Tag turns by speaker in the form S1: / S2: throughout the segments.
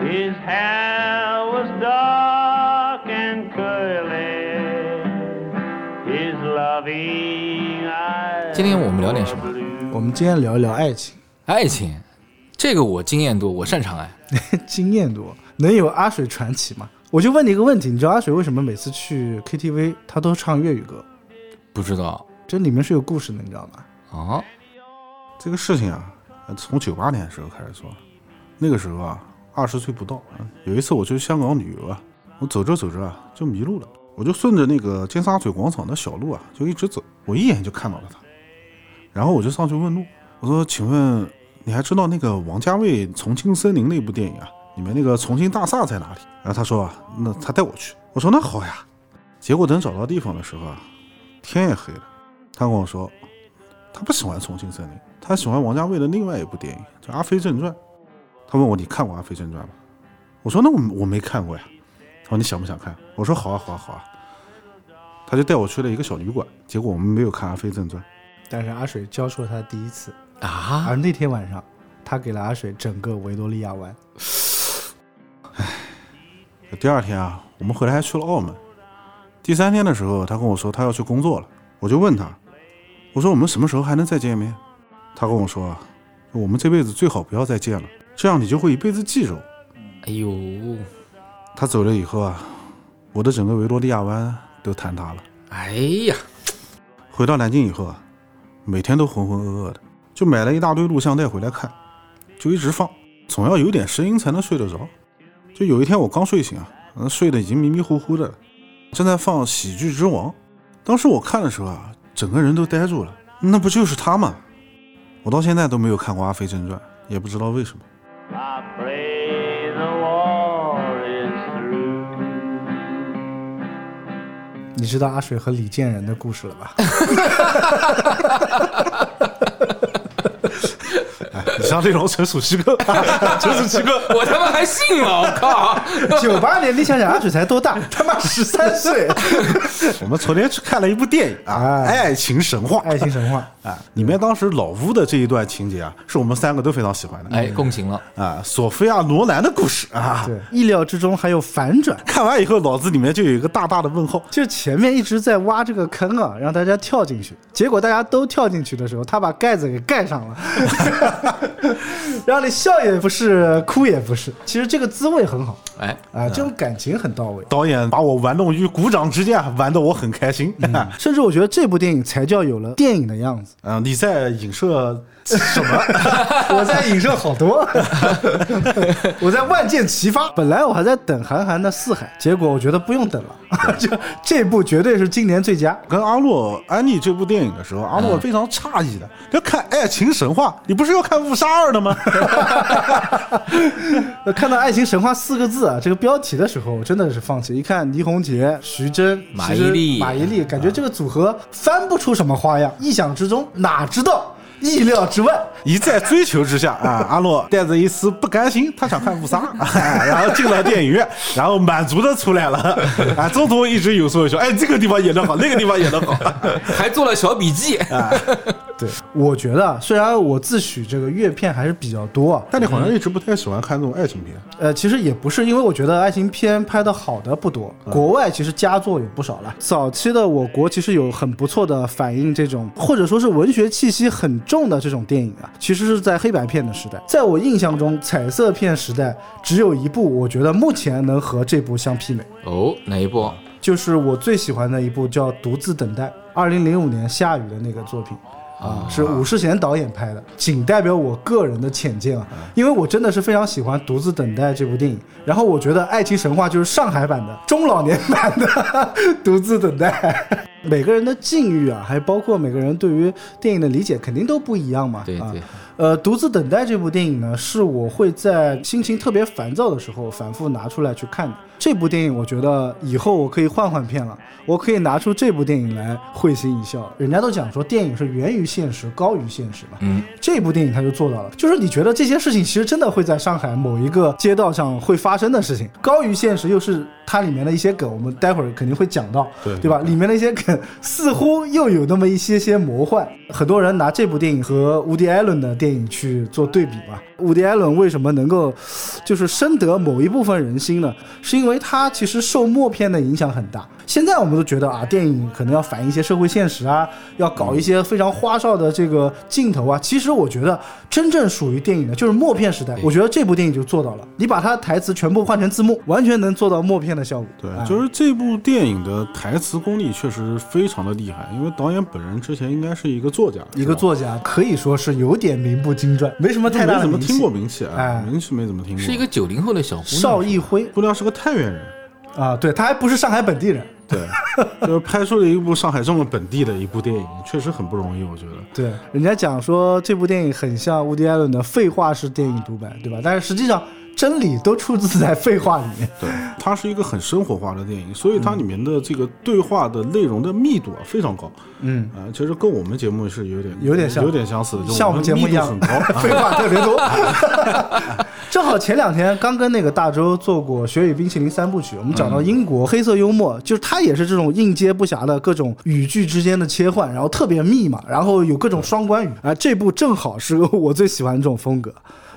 S1: His hair was dark and curly. His loving eyes.
S2: 今天我们聊点什么？
S3: 我们今天聊一聊爱情，
S2: 爱情，这个我经验多，我擅长爱。
S3: 经验多，能有阿水传奇吗？我就问你一个问题，你知道阿水为什么每次去 KTV 他都唱粤语歌？
S2: 不知道
S3: 这里面是有故事的，你知道吗？
S2: 啊，
S4: 这个事情啊，呃从九八年的时候开始做，那个时候啊，二十岁不到。嗯有一次我去香港旅游啊，我走着走着啊就迷路了，我就顺着那个尖沙咀广场的小路啊就一直走，我一眼就看到了他，然后我就上去问路，我说：“请问你还知道那个王家卫《重庆森林》那部电影啊，里面那个重庆大厦在哪里？”然后他说：“啊，那他带我去。”我说：“那好呀。”结果等找到地方的时候啊，天也黑了，他跟我说他不喜欢《重庆森林》，他喜欢王家卫的另外一部电影叫《阿飞正传》。他问我你看过《阿飞正传》吗？我说那我我没看过呀。他说你想不想看？我说好啊好啊好啊。他就带我去了一个小旅馆，结果我们没有看《阿飞正传》。
S3: 但是阿水交出了他的第一次，
S2: 啊，
S3: 而那天晚上，他给了阿水整个维多利亚湾。
S4: 第二天啊，我们回来还去了澳门。第三天的时候，他跟我说他要去工作了，我就问他，我说我们什么时候还能再见面？他跟我说啊，我们这辈子最好不要再见了，这样你就会一辈子记着我。
S2: 哎呦，
S4: 他走了以后啊，我的整个维多利亚湾都坍塌了。
S2: 哎呀，
S4: 回到南京以后啊，每天都浑浑噩噩的，就买了一大堆录像带回来看，就一直放，总要有点声音才能睡得着。就有一天我刚睡醒啊，嗯睡得已经迷迷糊糊的了，正在放《喜剧之王》，当时我看的时候啊，整个人都呆住了，那不就是他吗？我到现在都没有看过《阿飞正传》，也不知道为什么。
S1: I pray the war is through.
S3: 你知道阿水和李建仁的故事了吧？
S4: 你像这种纯属虚构，纯属虚构。
S2: 我他妈还信了，我靠！
S3: 九八年，你想想阿水才多大？他妈十三岁！
S4: 我们昨天去看了一部电影啊，《
S3: 哎
S4: 爱情神话》。
S3: 爱情神话，
S4: 啊，里面当时老乌的这一段情节啊，是我们三个都非常喜欢的。
S2: 哎，共情了，
S4: 啊，索菲亚·罗兰的故事啊，
S3: 对，意料之中还有反转。
S4: 看完以后脑子里面就有一个大大的问号。
S3: 就前面一直在挖这个坑啊，让大家跳进去。结果大家都跳进去的时候，他把盖子给盖上了，让你笑也不是，哭也不是。其实这个滋味很好
S2: 哎，
S3: 啊，这种感情很到位。
S4: 导演把我玩弄于股掌之间，玩得我很开心。 啊，
S3: 甚至我觉得这部电影才叫有了电影的样子。
S4: 你在影射什么？
S3: 我在影射好多，我在万箭齐发。本来我还在等韩寒的《四海》，结果我觉得不用等了， 就这部绝对是今年最佳。
S4: 跟阿洛安利这部电影的时候，阿洛非常诧异的，要看《爱情神话》，你不是要看《误杀二》的吗？
S3: 呃看到“爱情神话”四个字啊，这个标题的时候，我真的是放弃。一看倪虹洁、徐峥、
S2: 马
S3: 其实
S2: 伊琍
S3: 马伊琍，感觉这个组合翻不出什么花样。意想之中，哪知道意料之外。
S4: 一再追求之下啊，阿洛带着一丝不甘心，他想看误杀， 啊然后进了电影院，然后满足的出来了。 啊，中途一直有说有笑，哎，这个地方演得好，那个地方演得好。
S2: 还做了小笔记。
S3: 对，我觉得啊虽然我自诩这个阅片还是比较多啊，
S4: 但你好像一直不太喜欢看这种爱 情片，
S3: 呃，其实也不是，因为我觉得爱情片拍的好的不多，国外其实佳作有不少了。早期的我国其实有很不错的反映这种，或者说是文学气息很重的这种电影啊，其实是在黑白片的时代。在我印象中，彩色片时代只有一部，我觉得目前能和这部相媲美，
S2: 哦，哪一部？
S3: 就是我最喜欢的一部叫《独自等待》，二零零五年夏雨的那个作品。啊，是伍世贤导演拍的，仅代表我个人的浅见
S2: 嗯
S3: 啊，因为我真的是非常喜欢《独自等待》这部电影，然后我觉得《爱情神话》就是上海版的中老年版的《独自等待》， 每个人的境遇啊，还包括每个人对于电影的理解，肯定都不一样嘛。
S2: 对
S3: 啊
S2: 对，
S3: 呃，《独自等待》这部电影呢，是我会在心情特别烦躁的时候反复拿出来去看的。这部电影，我觉得以后我可以换换片了，我可以拿出这部电影来会心一笑。人家都讲说电影是源于现实，高于现实嘛。
S2: 嗯，
S3: 这部电影它就做到了，就是你觉得这些事情其实真的会在上海某一个街道上会发生的事情，高于现实又是它里面的一些梗，我们待会儿肯定会讲到，
S4: 对
S3: 对吧？里面的一些梗似乎又有那么一些些魔幻，很多人拿这部电影和 Woody Allen 的电影去做对比吧。伍迪·艾伦为什么能够就是深得某一部分人心呢？是因为他其实受默片的影响很大。现在我们都觉得啊，电影可能要反映一些社会现实啊，要搞一些非常花哨的这个镜头啊。其实我觉得真正属于电影的就是默片时代。我觉得这部电影就做到了，你把它的台词全部换成字幕，完全能做到默片的效果。
S4: 对，
S3: 哎
S4: 就是这部电影的台词功力确实非常的厉害，因为导演本人之前应该是一个作家，
S3: 一个
S4: 是吧
S3: 作家可以说是有点名不经传，没什么太大
S4: 没
S3: 的
S4: 怎么
S3: 名
S4: 听
S3: 气
S4: 过。名气啊
S3: 哎，
S4: 名气没怎么听过。
S2: 是一个九零后的小姑娘，
S3: 邵艺辉
S4: 姑娘是个太原 人，
S3: 啊，对他还不是上海本地人，
S4: 对，就是拍出了一部上海这么本地的一部电影，确实很不容易，我觉得。
S3: 对，人家讲说这部电影很像伍迪·艾伦的废话式电影独白，对吧？但是实际上真理都出自在废话里面。
S4: 对，它是一个很生活化的电影，所以它里面的这个对话的内容的密度啊非常高。
S3: 嗯，
S4: 啊、其实跟我们节目是有点
S3: 有点像
S4: 有点相似的，就
S3: 像我们节目一样
S4: 密度很高
S3: 。废话特别多。正好前两天刚跟那个大周做过《雪与冰淇淋》三部曲，我们讲
S4: 嗯
S3: 到英国黑色幽默，就是它也是这种应接不暇的各种语句之间的切换，然后特别密嘛，然后有各种双关语啊。这部正好是我最喜欢这种风格。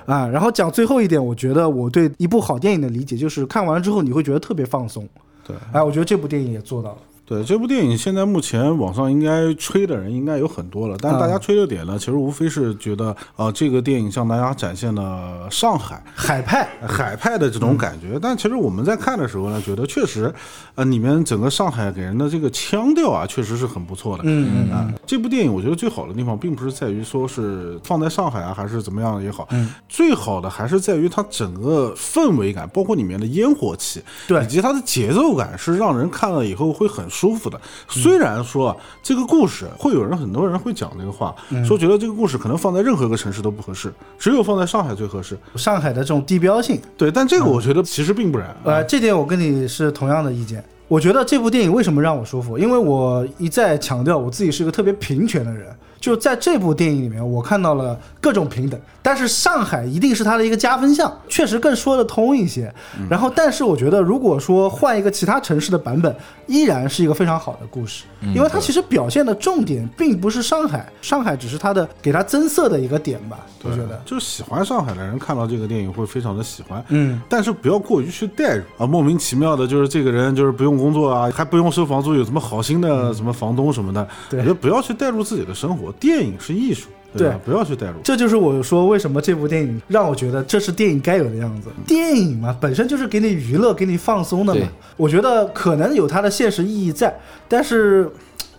S3: 啊，然后讲最后一点，我觉得我对一部好电影的理解就是看完了之后你会觉得特别放松。
S4: 对，
S3: 哎，我觉得这部电影也做到了。
S4: 对这部电影，现在目前网上应该吹的人应该有很多了，
S3: 嗯
S4: 但是大家吹的点呢，其实无非是觉得啊、呃这个电影向大家展现了上海。
S3: 海派，
S4: 海派的这种感
S3: 嗯
S4: 觉，但其实我们在看的时候呢，觉得确实，呃，里面整个上海给人的这个腔调啊，确实是很不错的。
S3: 嗯
S4: 啊，这部电影我觉得最好的地方，并不是在于说是放在上海啊，还是怎么样也好，
S3: 嗯
S4: 最好的还是在于它整个氛围感，包括里面的烟火气，
S3: 对
S4: 以及它的节奏感，是让人看了以后会很舒服的。
S3: 嗯
S4: 虽然说啊这个故事会有人很多人会讲这个话，
S3: 嗯
S4: 说觉得这个故事可能放在任何一个城市都不合适，只有放在上海最合适。
S3: 上海的这种地标性，
S4: 对，但这个
S3: 嗯
S4: 我觉得其实并不然。
S3: 呃，这点我跟你是同样的意见。我觉得这部电影为什么让我舒服？因为我一再强调我自己是个特别平权的人，就在这部电影里面，我看到了各种平等，但是上海一定是它的一个加分项，确实更说得通一些。然后，但是我觉得如果说换一个其他城市的版本，依然是一个非常好的故事，因为它其实表现的重点并不是上海，上海只是它的给它增色的一个点吧，我觉得。
S4: 就是喜欢上海的人看到这个电影会非常的喜欢，
S3: 嗯，
S4: 但是不要过于去代入啊，莫名其妙的，就是这个人就是不用工作啊，还不用收房租，有什么好心的什么房东什么的，
S3: 嗯对
S4: 我觉得不要去代入自己的生活，电影是艺术，对吧？
S3: 对
S4: 不要去代入。
S3: 这就是我说为什么这部电影让我觉得这是电影该有的样子。电影嘛，本身就是给你娱乐、给你放松的嘛
S2: 对。
S3: 我觉得可能有它的现实意义在，但是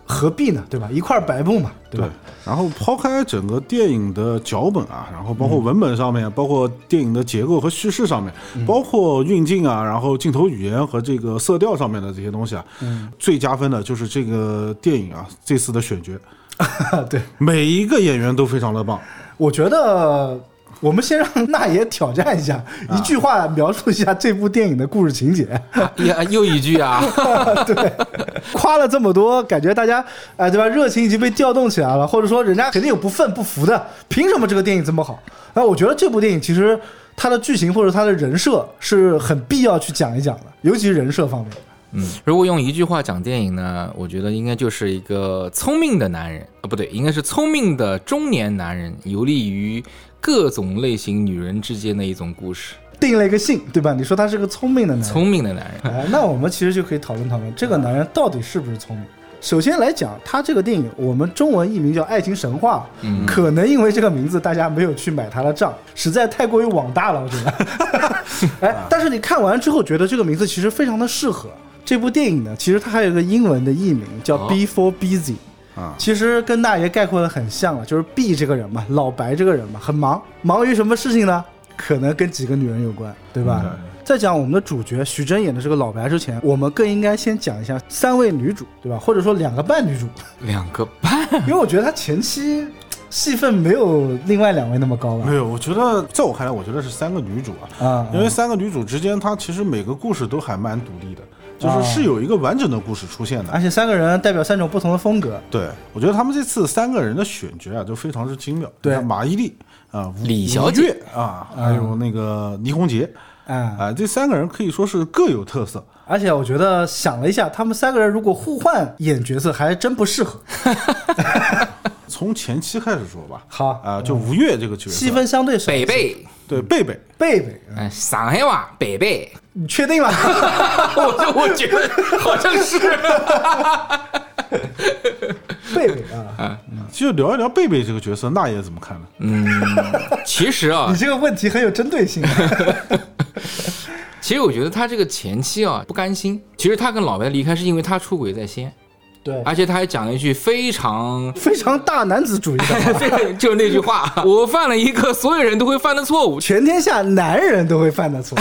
S3: 何必呢？对吧？一块白布嘛，对吧？
S4: 然后抛开整个电影的脚本啊，然后包
S3: 嗯
S4: 括文本上面，包括电影的结构和叙事上面，
S3: 嗯
S4: 包括运镜啊，然后镜头语言和这个色调上面的这些东西啊，
S3: 嗯
S4: 最加分的就是这个电影啊这次的选角，
S3: 对，
S4: 每一个演员都非常的棒。
S3: 我觉得。我们先让那爷挑战一下，一句话描述一下这部电影的故事情节。
S2: 哎呀，又一句啊，
S3: 夸了这么多，感觉大家哎、对吧？热情已经被调动起来了，或者说人家肯定有不忿不服的，凭什么这个电影这么好？哎、我觉得这部电影其实它的剧情或者它的人设是很必要去讲一讲的，尤其是人设方面。
S2: 嗯，如果用一句话讲电影呢，我觉得应该就是一个聪明的男人，啊，不对，应该是聪明的中年男人，游历于各种类型女人之间的一种故事。
S3: 定了一个性，对吧？你说他是个聪明的男人，
S2: 聪明的男人，
S3: 哎，那我们其实就可以讨论讨论这个男人到底是不是聪明。首先来讲，他这个电影，我们中文译名叫《爱情神话》，可能因为这个名字，大家没有去买他的账，实在太过于网大了，我觉得。 哎，但是你看完之后，觉得这个名字其实非常的适合这部电影呢。其实它还有一个英文的译名叫《
S2: 哦
S3: Before Busy》。
S4: 啊
S3: 其实跟大爷概括的很像了，就是 B 这个人嘛，老白这个人嘛，很忙，忙于什么事情呢？可能跟几个女人有关，对吧？
S4: 嗯
S3: 再讲我们的主角徐峥演的这个老白之前，我们更应该先讲一下三位女主，对吧？或者说两个半 女主，
S2: 两个半，
S3: 因为我觉得她前期嘖戏份没有另外两位那么高吧
S4: 没？有，我觉得在我看来，我觉得是三个女主啊，
S3: 啊，
S4: 因为三个女主之间，她其实每个故事都还蛮独立的，就是
S3: 啊
S4: 是有一个完整的故事出现的
S3: 而。且三个人代表三种不同的风格，
S4: 对，我觉得他们这次三个人的选角啊，就非常之精妙。
S3: 对
S4: 你看马伊琍啊，吴
S2: 李小
S4: 吴
S2: 姐
S4: 越啊，还有
S3: 嗯
S4: 那个倪虹洁
S3: 啊、
S4: 啊，这三个人可以说是各有特色。
S3: 而且我觉得 想了一下，他们三个人如果互换演角色，还真不适合。
S4: 从前期开始说吧。
S3: 好
S4: 啊、就吴越这个角色，
S3: 戏份相对少。
S2: 北贝，
S4: 对贝贝，
S3: 贝贝，
S2: 哎，上海话北贝，
S3: 你确定吗？
S2: 我就我觉得好像是，
S3: 贝贝啊，
S4: 就聊一聊贝贝这个角色，那爷怎么看呢？
S2: 其实啊
S3: 你，这个问题很有针对性啊。
S2: 其实我觉得他这个前妻啊不甘心，其实他跟老白离开是因为他出轨在先，
S3: 对，
S2: 而且他还讲了一句非常。
S3: 非常大男子主义的话
S2: 就是那句话，我犯了一个所有人都会犯的错误。
S3: 全天下男人都会犯的 错。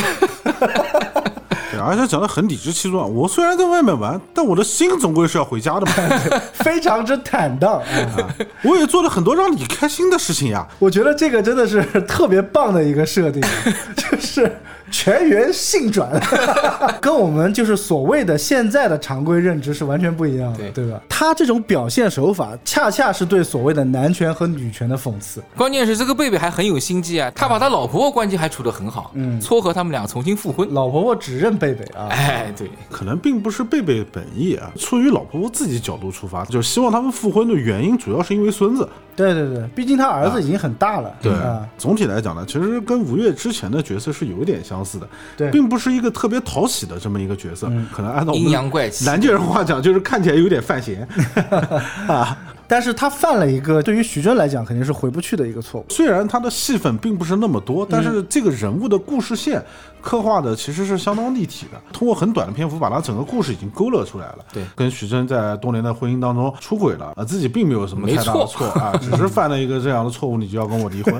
S4: 对，而且讲的很理直气壮。我虽然在外面玩，但我的心总归是要回家的 嘛。
S3: 非常之坦荡啊！
S4: 我也做了很多让你开心的事情呀。
S3: 我觉得这个真的是特别棒的一个设 定，啊就是全员性 转，跟我们就是所谓的现在的常规认知是完全不一样的，
S2: 对
S3: 对吧？他这种表现手法，恰恰是对所谓的男权和女权的讽刺。
S2: 关键是这个贝贝还很有心机啊，他把他老婆关系还处得很好，嗯，撮合他们俩重新复婚。
S3: 老婆婆只认贝贝啊，
S2: 哎，对，
S4: 可能并不是贝贝本意啊，出于老婆婆自己角度出发，就是希望他们复婚的原因，主要是因为孙子。
S3: 对对对，毕竟他儿子已经很大了，啊，
S4: 总体来讲呢，其实跟吴越之前的角色是有点相似的，
S3: 对嗯
S4: 并不是一个特别讨喜的这么一个角色，可能按照我
S2: 阴阳
S4: 们
S2: 怪气。
S4: 南京人话讲，就是看起来有点 犯闲。啊
S3: 但是他犯了一个对于徐峥来讲肯定是回不去的一个错误。
S4: 虽然他的戏份并不是那么多，但是这个人物的故事线刻画的其实是相当立体的。通过很短的篇幅，把他整个故事已经勾勒出来了。
S2: 对
S4: 跟徐峥在多年的婚姻当中出轨了，呃，自己并没有什么
S2: 没
S4: 太大的
S2: 错
S4: 错啊，只是犯了一个这样的错误，你就要跟我离婚。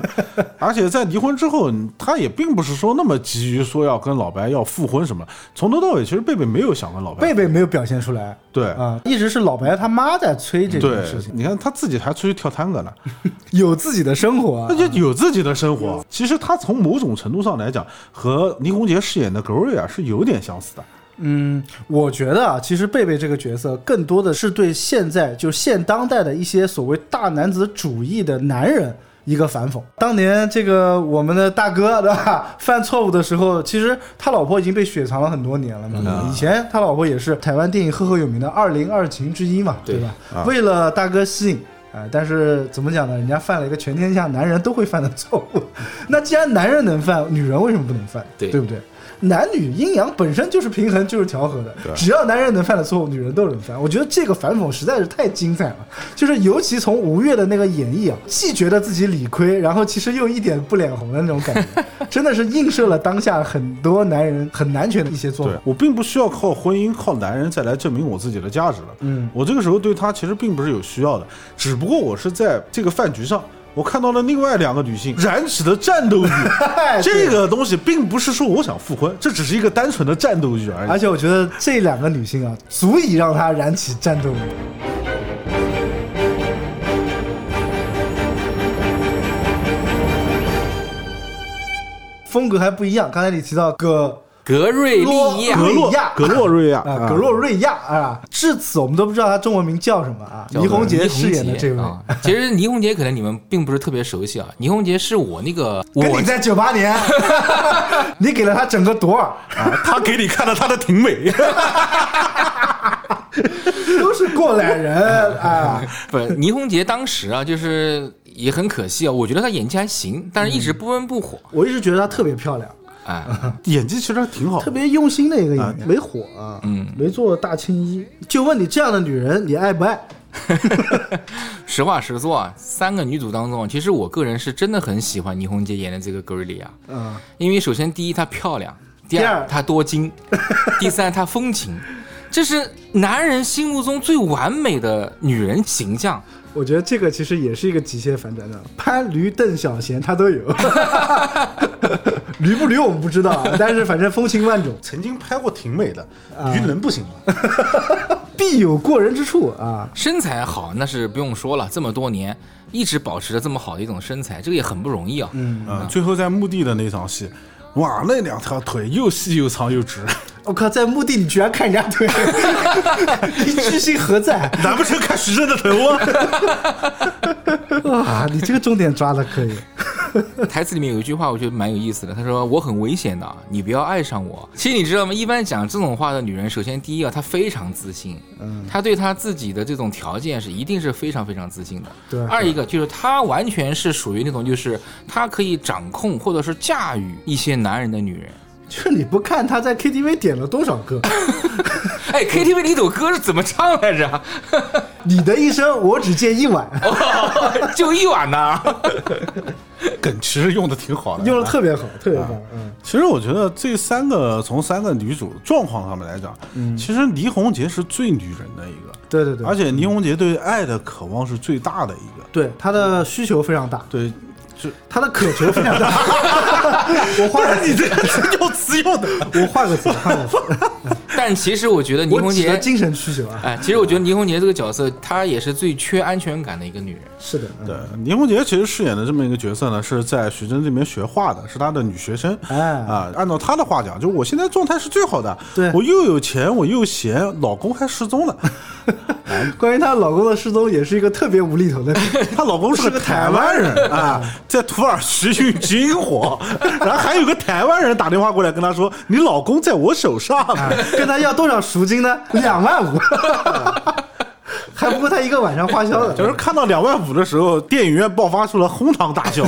S4: 而且在离婚之后，他也并不是说那么急于说要跟老白要复婚什么。从头到尾，其实贝贝没有想跟老白
S3: 贝贝没有表现出来，
S4: 对
S3: 啊，一直是老白他妈在催这件
S4: 对
S3: 事情，，
S4: 你看他自己还出去跳探戈呢。
S3: 有自己的生活啊
S4: 他，就有自己的生活。其实他从某种程度上来讲，和倪虹洁饰演的 Gloria 是有点相似的。
S3: 嗯，我觉得啊，其实贝贝这个角色更多的是对现在就现当代的一些所谓大男子主义的男人一个反讽。当年这个我们的大哥对吧，犯错误的时候，其实他老婆已经被雪藏了很多年了嘛。以前他老婆也是台湾电影赫赫有名的二零二情之一嘛，对
S2: 对
S3: 吧？为了大哥吸引。啊、但是怎么讲呢？人家犯了一个全天下男人都会犯的错误。那既然男人能犯，女人为什么不能犯？
S2: 对
S3: 对不对？男女阴阳本身就是平衡，就是调和的。只要男人能犯的错误，女人都能犯。我觉得这个反讽实在是太精彩了，就是尤其从吴越的那个演绎啊，既觉得自己理亏，然后其实又一点不脸红的那种感觉，真的是映射了当下很多男人很男权的一些做
S4: 对
S3: 法。
S4: 我并不需要靠婚姻、靠男人再来证明我自己的价值了。
S3: 嗯，，
S4: 我这个时候对他其实并不是有需要的，只不过我是在这个饭局上。我看到了另外两个女性燃起的战斗欲 这个东西并不是说我想复婚，这只是一个单纯的战斗欲而已
S3: 而。且我觉得这两个女性啊，足以让他燃起战斗欲。风格还不一样，刚才你提到葛
S2: 格瑞利
S3: 格
S2: 亚
S4: 格
S3: 瑞亚
S4: 洛格洛瑞亚
S3: 啊，葛洛瑞亚啊，至此我们都不知道他中文名叫什么啊。
S2: 叫
S3: 倪虹洁
S2: 倪
S3: 饰演的
S2: 洁
S3: 这位，
S2: 啊，其实倪虹洁可能你们并不是特别熟悉啊，倪虹洁是我那个
S3: 跟
S2: 我
S3: 你在九八年， 你给了他整个多少？
S4: 啊他给你看了他的挺 美，
S3: 都是过来人 啊。
S2: 不是倪虹洁当时啊，就是也很可惜啊，我觉得她演技还行，但是一直不温不火，
S3: 我一直觉得她特别漂亮，
S2: 哎，
S4: 演技其实还挺好的，
S3: 特别用心的一个演员，没火啊，没做大青衣。就问你这样的女人，你爱不啊爱？
S2: 实话实说啊，三个女主当中啊，其实我个人是真的很喜欢倪虹洁演的这个格瑞利亚，
S3: 啊，
S2: 因为首先第一她漂亮，第
S3: 第
S2: 二
S3: 二
S2: 她多金，第三她风情，这是男人心目中最完美的女人形象。
S3: 我觉得这个其实也是一个极限反转的，潘驴邓小闲她都有， 驴不驴我们不知道，啊，但是反正风情万种，
S4: 曾经拍过挺美的，
S3: 啊
S4: 鱼能不行吗？
S3: 必有过人之处啊。
S2: 身材好那是不用说了，这么多年一直保持着这么好的一种身材，这个也很不容易啊。嗯，
S4: 啊、最后在墓地的那场戏，哇，那两条腿又细又长又直，
S3: 我靠，在墓地你居然看人家腿， 你居心何在
S4: 难不成看徐峥的头吗？
S3: 啊？你这个重点抓的可以。
S2: 台词里面有一句话，我觉得蛮有意思的。他说：“我很危险的，你不要爱上我。”其实你知道吗？一般讲这种话的女人，首先第一啊，她非常自信，嗯，她对她自己的这种条件是一定是非常非常自信的。
S3: 对
S2: 二一个就是她完全是属于那种就是她可以掌控或者是驾驭一些男人的女人。
S3: 就是你不看他在 KTV 点了多少个，
S2: 哎，KTV 里一首歌是怎么唱来着？
S3: 你的一生我只见一晚，
S2: 就一晚呐。
S4: 梗其实用的挺好的，
S3: 用的特别好，特别棒。嗯，
S4: 其实我觉得这三个从三个女主状况上面来讲，其实倪虹洁是最女人的一个，
S3: 嗯对对对，
S4: 而且倪虹洁对爱的渴望是最大的一个。
S3: 对他的需求非常大，
S4: 对，就
S3: 他的渴求非常 大。我换个 词，
S4: 用词用的，
S3: 我换个词，换个 词，
S2: 但其实我觉得倪虹
S3: 我指的
S2: 洁，
S3: 精神需求 啊，
S2: 哎，其实我觉得倪虹洁这个角色，她也是最缺安全感的一个女人。
S3: 是的，嗯
S4: 对，倪虹洁其实饰演的这么一个角色呢，是在徐峥这边学画的，是他的女学生。
S3: 哎
S4: 啊，按照他的话讲，就我现在状态是最好的，
S3: 对
S4: 我又有钱，我又闲，老公还失踪了，
S3: 嗯关于她老公的失踪，也是一个特别无厘头的事。
S4: 她老公是个台湾人啊， 在土耳其运军火，然后还有个台湾人打电话过来跟她说，你老公在我手上。
S3: 哎 跟他要多少赎金呢？两万五， 还不够他一个晚上花销
S4: 就
S3: 的。
S4: 是看到两万五的时候，电影院爆发出了哄堂 大笑。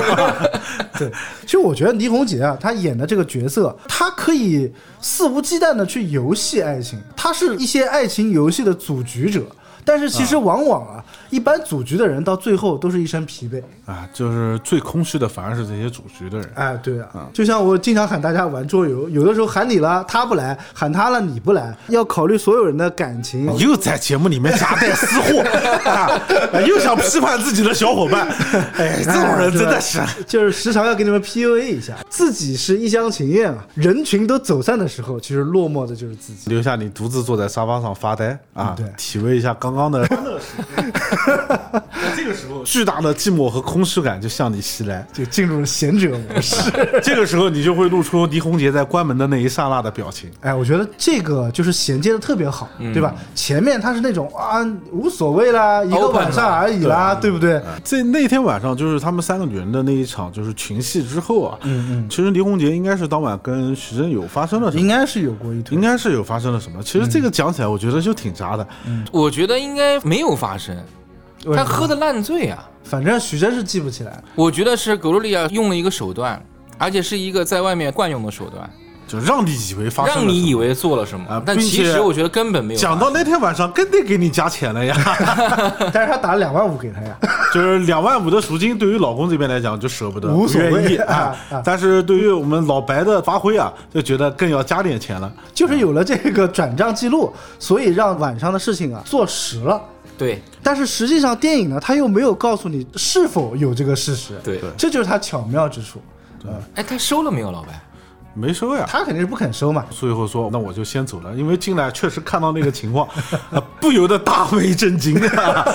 S3: 对，其实我觉得倪虹洁啊，她演的这个角色，她可以肆无忌惮的去游戏爱情，她是一些爱情游戏的组局者。但是其实往往啊，一般组局的人到最后都是一身疲惫。
S4: 啊，就是最空虚的反而是这些主局的人。
S3: 哎，对啊，就像我经常喊大家玩桌游，有的时候喊你了他不来，喊他了你不来，要考虑所有人的感情。
S4: 你又在节目里面夹带私 货、啊，又想批判自己的小伙伴，哎，这种人真的是
S3: 哎，对吧就是时常要给你们 PUA 一下，自己是一厢情愿啊，人群都走散的时候，其实落寞的就是自己。
S4: 留下你独自坐在沙发上发呆
S3: 嗯，
S4: 啊
S3: 对
S4: 体味一下刚刚的 这个时候，巨大的寂寞和空虚感就向你袭 来。
S3: 就进入了贤者模式。
S4: 这个时候，你就会露出倪虹洁在关门的那一刹那的表情。
S3: 哎，我觉得这个就是衔接的特别好，对吧？前面他是那种啊无所谓啦，一个
S2: Open
S3: 晚上
S2: 了
S3: 而已啦，对不对？
S4: 这那天晚上，就是他们三个女人的那一场，就是群戏之后啊，嗯嗯，其实倪虹洁应该是当晚跟徐峥有发生了什么，
S3: 应该是有过一
S4: 应嗯
S3: 腿。
S4: 该是有发生了什么。其实这个讲起来，我觉得就挺渣的。
S2: 我觉得应该没有发生，
S3: 为什
S2: 她
S3: 么
S2: 喝的烂醉啊。
S3: 反正徐峥是记不起来，
S2: 我觉得是格罗利亚用了一个手段，而且是一个在外面惯用的手段，
S4: 就让你以为发生了什
S2: 让
S4: 么，
S2: 你以为做了什么，
S4: 啊
S2: 但
S4: 并且
S2: 其实我觉得根本没有。
S4: 讲到那天晚上，更得给你加钱了呀，
S3: 但是他打了两万五给他呀。
S4: 就是两万五的赎金，对于老公这边来讲就舍不得，
S3: 无所谓
S4: 不愿意
S3: 啊
S4: 啊
S3: 啊。
S4: 但是对于我们老白的发挥啊，就觉得更要加点钱了。
S3: 就是有了这个转账记录，所以让晚上的事情啊坐实了。
S2: 对
S3: 但是实际上，电影呢，它又没有告诉你是否有这个事实，
S2: 对，
S3: 这就是它巧妙之处。
S2: 哎，他收了没有，老白？
S4: 没收呀。
S3: 他肯定是不肯收嘛，
S4: 最后说，那我就先走了，因为进来确实看到那个 情况，啊不由得大为震惊啊，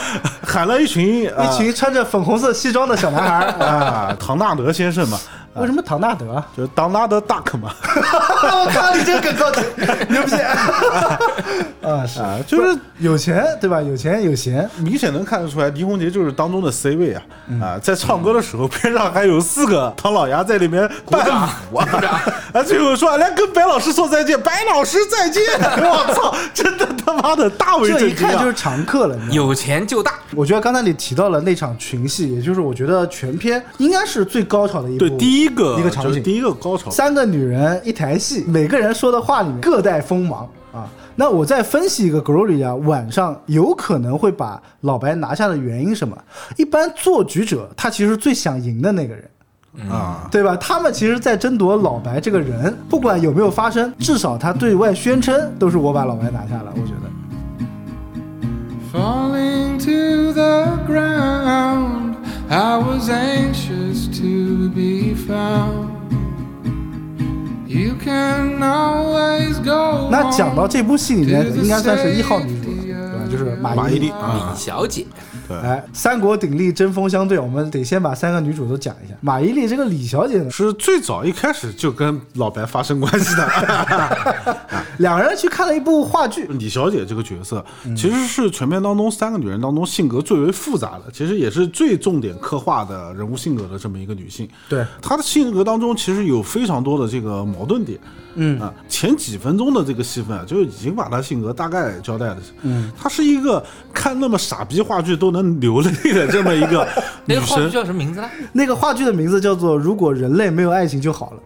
S4: 喊了一群啊
S3: 一群穿着粉红色西装的小男孩 儿，
S4: 啊，唐纳德先生嘛，
S3: 为什么唐纳德啊？
S4: 就是唐纳德 duck 嘛，
S3: 我靠，你这个梗高级，牛逼！ 啊，是
S4: 啊，就是
S3: 有钱对吧？有钱有闲，
S4: 明显能看得出来，倪虹洁就是当中的 C 位啊！
S3: 嗯
S4: 啊，在唱歌的时候，边上还有四个唐老鸭在里面伴舞 啊！啊，最后说来跟白老师说再见，白老师 再见！我操，真的他妈的大为
S3: 这一
S4: 震惊
S3: 看就是
S4: 啊！
S3: 常客了，你知道吗？
S2: 有钱就大，
S3: 我觉得刚才你提到了那场群戏，也就是我觉得全片应该是最高潮的一部，
S4: 对，第一个
S3: 一个场
S4: 就是
S3: 景，
S4: 第一个高潮，
S3: 三个女人一台戏，每个人说的话里面各带锋芒啊。那我再分析一个 Gloria 晚上有可能会把老白拿下的原因是什么？一般做局者他其实最想赢的那个人。
S4: 啊，
S3: 对吧？他们其实，在争夺老白这个人，不管有没有发生，至少他对外宣称都是我把老白拿下了。我觉得，
S5: falling to the ground. I was anxious to be found. You can always go.
S3: 那讲
S5: on
S3: 到这部戏里面，应该算是一号女主了，对吧？就是马
S4: 马伊
S3: 伊
S4: 琍
S3: 琍。
S4: 啊，
S2: 小姐，
S3: 哎，三国鼎立，针锋相对，我们得先把三个女主都讲一下。马伊琍这个李小姐呢，
S4: 是最早一开始就跟老白发生关系的，
S3: 两个人去看了一部话剧，
S4: 李小姐这个角色，
S3: 嗯
S4: 其实是全片当中三个女人当中性格最为复杂的，其实也是最重点刻画的人物性格的这么一个女性。
S3: 对
S4: 她的性格当中其实有非常多的这个矛盾点。嗯啊，前几分钟的这个戏份啊，就已经把她性格大概交代了。嗯，她是一个看那么傻逼话剧都能流泪的这么一个
S2: 那
S4: 女
S2: 个话剧
S4: 生。
S2: 叫什么名字呢？
S3: 那个话剧的名字叫做《如果人类没有爱情就好了》，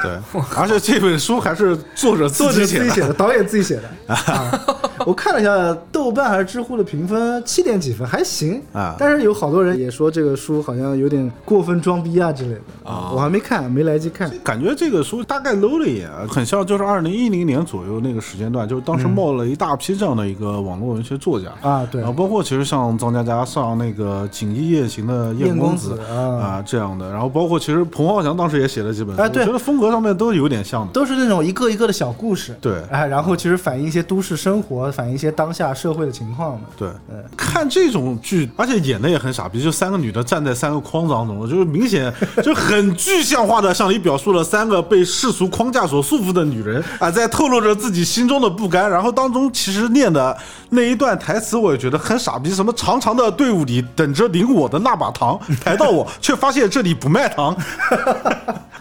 S4: 对，而且这本书还是作者
S3: 作
S4: 自
S3: 者
S4: 己
S3: 自
S4: 写
S3: 己写
S4: 的。
S3: 的，导演自己写的。啊我看了一下豆瓣还是知乎的评分，七点几分，还行
S4: 啊
S3: 但是有好多人也说这个书好像有点过分装逼啊之类的啊，我还没看，没来及看。
S4: 感觉这个书大概搂了一眼啊，很像就是二零一零年左右那个时间段，就是当时冒了一大批这样的一个网络文学作家
S3: 嗯啊对
S4: 然后包括其实像张嘉佳上那个《锦衣夜行》的
S3: 燕
S4: 公
S3: 公
S4: 子
S3: 子啊
S4: 啊这样的，然后包括其实彭浩翔当时也写了几本书，
S3: 哎对
S4: 我觉得风格上面都有点像的。
S3: 都是那种一个一个的小故事，
S4: 对
S3: 哎，然后其实反映一些都市生活，反映一些当下社会的情况的。
S4: 对，看这种剧，而且演的也很傻逼，就三个女的站在三个框当中，就是明显 就很具象化的向你表述了三个被世俗框架所束缚的女人啊，在透露着自己心中的不甘。然后当中其实念的那一段台词，我也觉得很傻逼，什么长长的队伍里等着领我的那把糖，抬到我却发现这里不卖糖，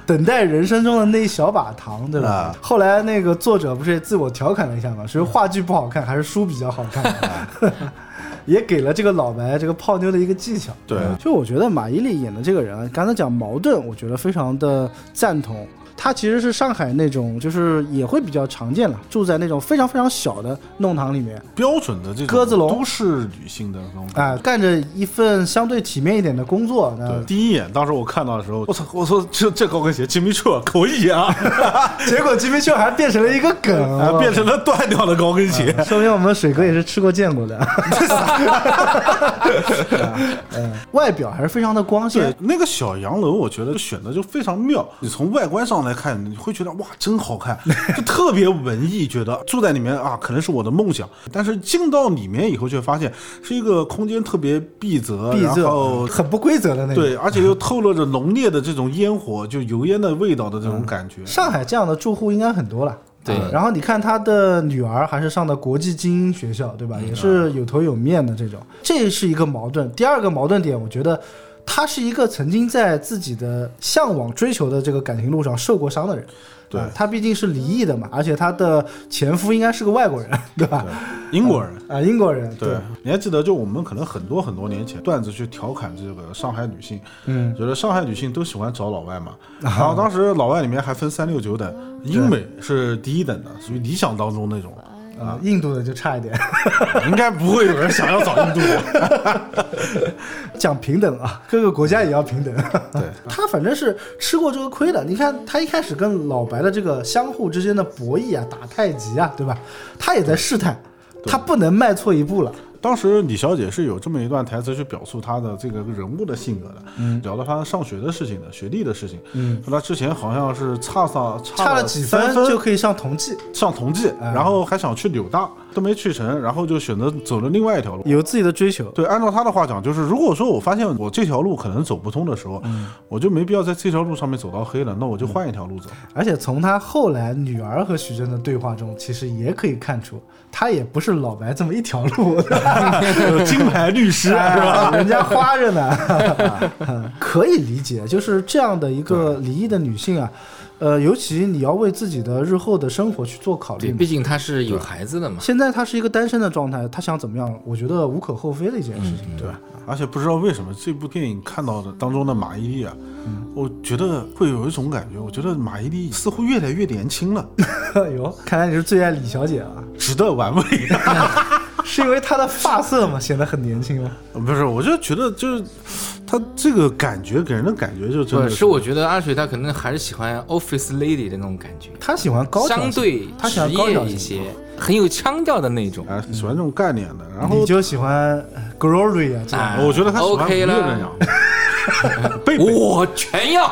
S3: 等待人生中的那一小把糖，对吧？
S4: 啊
S3: 后来那个作者不是也自我调侃了一下嘛，说话剧不好看，还是书比较好看，
S4: 啊
S3: 也给了这个老白这个泡妞的一个技巧。
S4: 对
S3: 就我觉得马伊琍演的这个人啊，刚才讲矛盾，我觉得非常的赞同。她其实是上海那种，就是也会比较常见了，住在那种非常非常小的弄堂里面，
S4: 标准的这种
S3: 鸽子笼
S4: 都市女性的那种
S3: 啊、干着一份相对体面一点的工作，那
S4: 对，第一眼当时我看到的时候，我操！我说这这高跟鞋，Jimmy Choo 可以啊，
S3: 结果吉米秀还变成了一个梗，
S4: 啊，变成了断掉的高跟鞋。
S3: 说明我们水哥也是吃过见过的。 啊嗯，外表还是非常的光
S4: 对
S3: 鲜，，
S4: 那个小洋楼，我觉得选的就非常妙。你从外观上来看，你会觉得哇，真好看， 就特别文艺，觉得住在里面啊，可能是我的梦想。但是进到里面以后，却发现是一个空间特别闭塞，嗯
S3: 闭
S4: 然后
S3: 塞，很不规则的那种。
S4: 对，，而且又透露着浓烈的这种烟火，就油烟的味道的这种感觉。
S3: 上海这样的住户应该很多了。
S2: 对
S3: 啊然后你看他的女儿还是上的国际精英学校，对吧？也是有头有面的这种，这是一个矛盾。第二个矛盾点，我觉得他是一个曾经在自己的向往、追求的这个感情路上受过伤的人。
S4: 对
S3: 啊他毕竟是离异的嘛，而且他的前夫应该是个外国人，对吧？
S4: 英国人。
S3: 啊，英国人，
S4: 嗯对，你还记得就我们可能很多很多年前段子去调侃这个上海女性，
S3: 嗯，
S4: 觉得上海女性都喜欢找老外嘛，然后当时老外里面还分三六九等，英美是第一等的，属于理想当中那种，
S3: 啊，印度的就差一点。
S4: 应该不会有人想要找印度人。
S3: 讲平等啊，各个国家也要平等。
S4: 对，
S3: 他反正是吃过这个亏的。你看他一开始跟老白的这个相互之间的博弈啊，打太极啊，对吧？他也在试探，他不能迈错一步了。
S4: 当时李小姐是有这么一段台词去表述她的这个人物的性格的，聊到她上学的事情的，学历的事情，嗯，说她之前好像是差上
S3: 差
S4: 了
S3: 了几
S4: 三
S3: 就可以上同济，
S4: 上同济，然后还想去柳大，都没去成，然后就选择走了另外一条路。
S3: 有自己的追求。
S4: 对，按照他的话讲，就是如果说我发现我这条路可能走不通的时候，
S2: 嗯
S4: 我就没必要在这条路上面走到黑了，那我就换一条路走。
S2: 嗯
S3: 而且从他后来女儿和徐峥的对话中，其实也可以看出，他也不是老白这么一条路，
S4: 金
S2: 哎
S4: 牌律师
S3: 是吧？ 人家花着呢， 可以理解，就是这样的一个离异的女性啊，呃，尤其你要为自己的日后的生活去做考虑
S4: 嗯
S2: 对，
S3: 嘛。
S2: 毕竟他是有孩子的嘛。
S3: 现在她是一个单身的状态，她想怎么样，我觉得无可厚非的一件事情，对吧？
S4: 而且不知道为什么这部电影看到的当中的马伊琍啊，
S2: 嗯
S4: 我觉得会有一种感觉，我觉得马伊琍似乎越来越年轻了，
S3: 哟，看来你是最爱李小姐啊，
S4: 值得 玩味。
S3: 是因为她的发色嘛，显得很年轻吗？
S4: 不是，我就觉得就是他这个感觉给人的感觉就真
S2: 不
S4: 的
S2: 是，我觉得阿水他可能还是喜欢 office lady 的那种感觉，
S3: 她喜欢高挑型，
S2: 相对
S3: 她喜欢
S2: 职
S3: 高挑
S2: 业
S3: 型
S2: 一些，很有腔调的那种。
S4: 啊喜欢这种概念的。然后
S3: 你就喜欢 Glory 啊这样。
S2: 啊
S4: 我觉得他喜欢
S2: OK
S4: 吴越
S2: 了
S4: 那样，贝贝
S2: 我全要。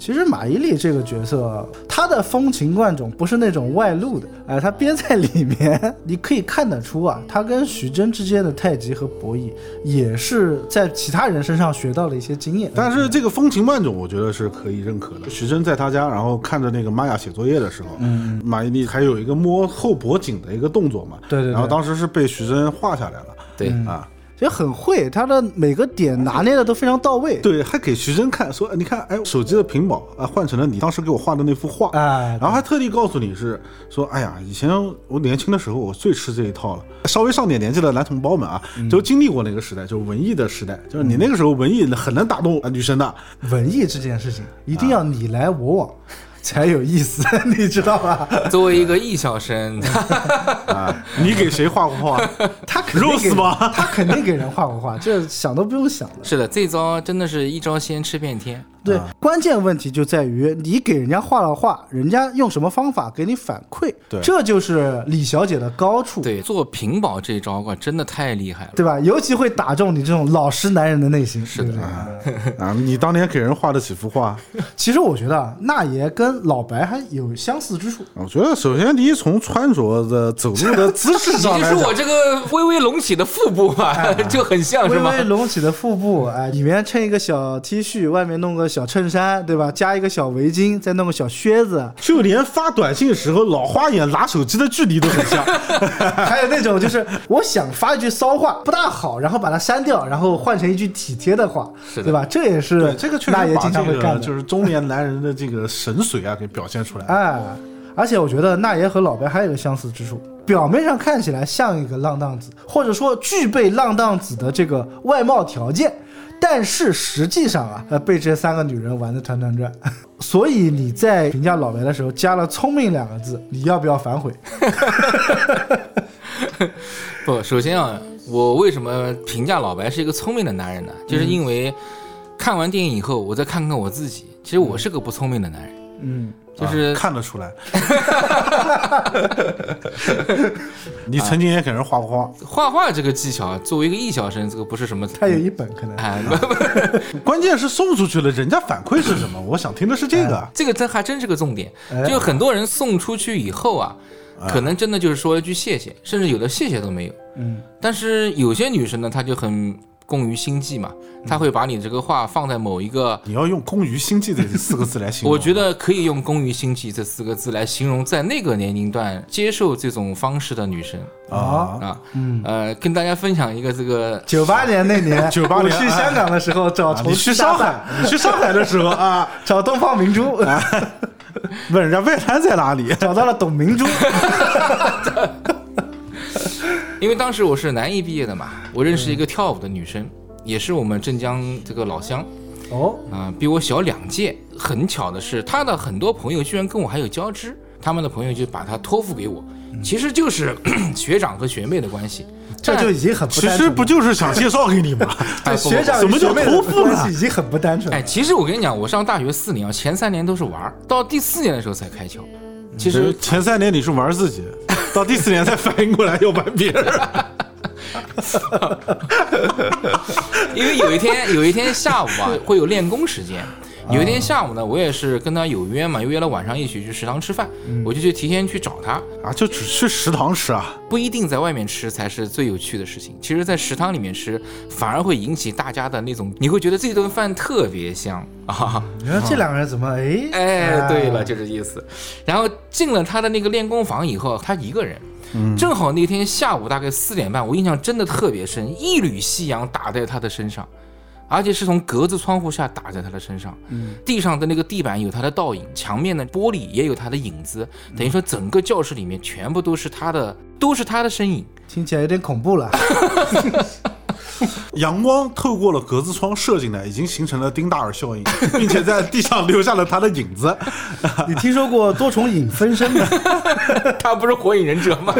S3: 其实马伊琍这个角色，她的风情万种，不是那种外露的，哎、她憋在里面，你可以看得出啊，她跟徐峥之间的太极和博弈，也是在其他人身上学到了一些经验。
S4: 但是这个风情万种，我觉得是可以认可的。徐峥在他家，然后看着那个玛雅写作业的时候，嗯，马伊琍还有一个摸后脖颈的一个动作嘛，
S3: 对对对嗯
S4: 然后当时是被徐峥画下来了，
S2: 对，
S4: 啊，
S3: 其实很会，她的每个点拿捏的都非常到位。
S4: 对，还给徐峥看，说哎你看，哎，手机的屏保啊换成了你当时给我画的那幅画，
S3: 哎对
S4: 然后还特地告诉你是说，哎呀，以前我年轻的时候我最吃这一套了。稍微上点年纪的男同胞们啊，
S3: 嗯
S4: 都经历过那个时代，就是文艺的时代，就是你那个时候文艺很能打动啊女生的，
S3: 文艺这件事情一定要你来我往。才有意思， 你知道吧？
S2: 作为一个艺校 生，
S4: 啊，你给谁画过画？
S3: 他肯定给
S4: Rose 吗
S3: 他肯定给人画过画，这想都不用想的。
S2: 是的，这招真的是一招先吃遍天。
S3: 对，关键问题就在于你给人家画了画，人家用什么方法给你反馈，
S4: 对
S3: 这就是李小姐的高处，
S2: 对，做屏保这招哇，真的太厉害了。
S3: 对吧？尤其会打中你这种老实男人的内心，是的。
S4: 啊，你当年给人画的几幅画？
S3: 其实我觉得啊，那爷跟老白还有相似之处，
S4: 我觉得首先第一，从穿着的、走路的姿 势
S2: 你
S4: 上
S2: 就
S4: 来
S2: 是
S4: 讲
S2: 我，这个微微隆起的腹部 嘛，就很像是
S3: 哎微
S2: 吗？
S3: 微隆起的腹部，哎，里面衬一个小 T 恤，外面弄个小衬衫，对吧？加一个小围巾，再弄个小靴子，
S4: 就连发短信时候老花眼拿手机的距离都很像。
S3: 还有那种就是我想发一句骚话不大好，然后把它删掉，然后换成一句体贴的话，
S2: 的
S3: 对吧？这也是
S4: 对，这个确
S3: 大
S4: 实
S3: 爷
S4: 把
S3: 经
S4: 这
S3: 常会干的，
S4: 个就是中年男人的这个神髓啊给表现出来。
S3: 哎。而且我觉得那爷和老白还有一个相似之处，表面上看起来像一个浪荡子，或者说具备浪荡子的这个外貌条件，但是实际上啊，呃，被这三个女人玩的团团转。 所以你在评价老白的时候加了“聪明”两个字，你要不要反悔？
S2: 不，首先啊，我为什么评价老白是一个聪明的男人呢？就是
S3: 嗯
S2: 因为看完电影以后，我再看看我自己，其实我是个不聪明的男人，
S3: 嗯，
S2: 就是
S4: 啊看 得出来，你曾经也给人画过画，
S2: 画画这个技巧啊，作为一个艺校生，这个不是什么
S3: 他有一本可能。
S2: 哎，不不
S4: 关键是送出去了，人家反馈是什么？我想听的是这个。
S2: 这个真还真是个重点
S3: 哎，
S2: 就很多人送出去以后啊，可能真的就是说一句谢谢，甚至有的谢谢都没有。
S3: 嗯，
S2: 但是有些女生呢，她就很工于心计嘛，
S3: 嗯
S2: 她会把你这个话放在某一个。
S4: 你要用“工于心计”的这四个字来形容，
S2: 我觉得可以用“工于心计”这四个字来形容在那个年龄段接受这种方式的女生
S4: 啊，
S3: 哦
S2: 啊。嗯，呃，跟大家分享一个这个
S3: 九八年那年，
S4: 98年
S3: 我去香港的时候找
S4: 啊
S3: 重
S4: 你
S3: 庆
S4: 去
S3: 大
S4: 上
S3: 饭，
S4: 海，你去上海的时候啊，
S3: 找东方明珠，
S4: 问人家外滩在哪里？
S3: 找到了董明珠。
S2: 因为当时我是南艺毕业的嘛，我认识一个跳舞的女生，也是我们镇江这个老乡
S3: 哦，
S2: 啊、比我小两届。很巧的是，她的很多朋友居然跟我还有交织，他们的朋友就把她托付给我，其实就是 学长和学妹的关系。
S3: 这就已经很不
S4: 其
S3: 单
S4: 实
S3: 纯
S4: 不
S3: 了。
S4: 就是想介绍给你 吗？
S3: 对学长
S4: 什么叫
S3: 学妹的
S4: 托付
S3: 关
S4: 呢
S3: 系？已经很不单纯了。
S2: 哎，其实我跟你讲，我上大学四年啊，前三年都是玩儿，到第四年的时候才开窍。其
S4: 就是
S2: 实
S4: 前三年你是玩 自己，到第四年才反应过来要玩别人。
S2: 因为有一 天有一天下午啊，会有练功时间。有一天下午呢，我也是跟他有约嘛，约了晚上一起去食堂吃饭，
S3: 嗯
S2: 我就去提前去找他。
S4: 啊，就只去食堂吃啊？
S2: 不一定在外面吃才是最有趣的事情，其实，在食堂里面吃反而会引起大家的那种，你会觉得这顿饭特别香 啊！
S3: 你说这两个人怎么哎？
S2: 哎，
S3: 啊
S2: 对了，就这意思。然后进了他的那个练功房以后，他一个人，正好那天下午大概四点半，我印象真的特别深，一缕夕阳打在他的身上，而且是从格子窗户下打在他的身上，地上的那个地板有他的倒影，墙面的玻璃也有他的影子，等于说整个教室里面全部都是他的，都是他的身影。
S3: 听起来有点恐怖了。
S4: 阳光透过了格子窗射进来，已经形成了丁达尔效应， 并且在地上留下了他的影 子。
S3: 你听说过多重影分身吗？
S2: 他不是火影忍者吗？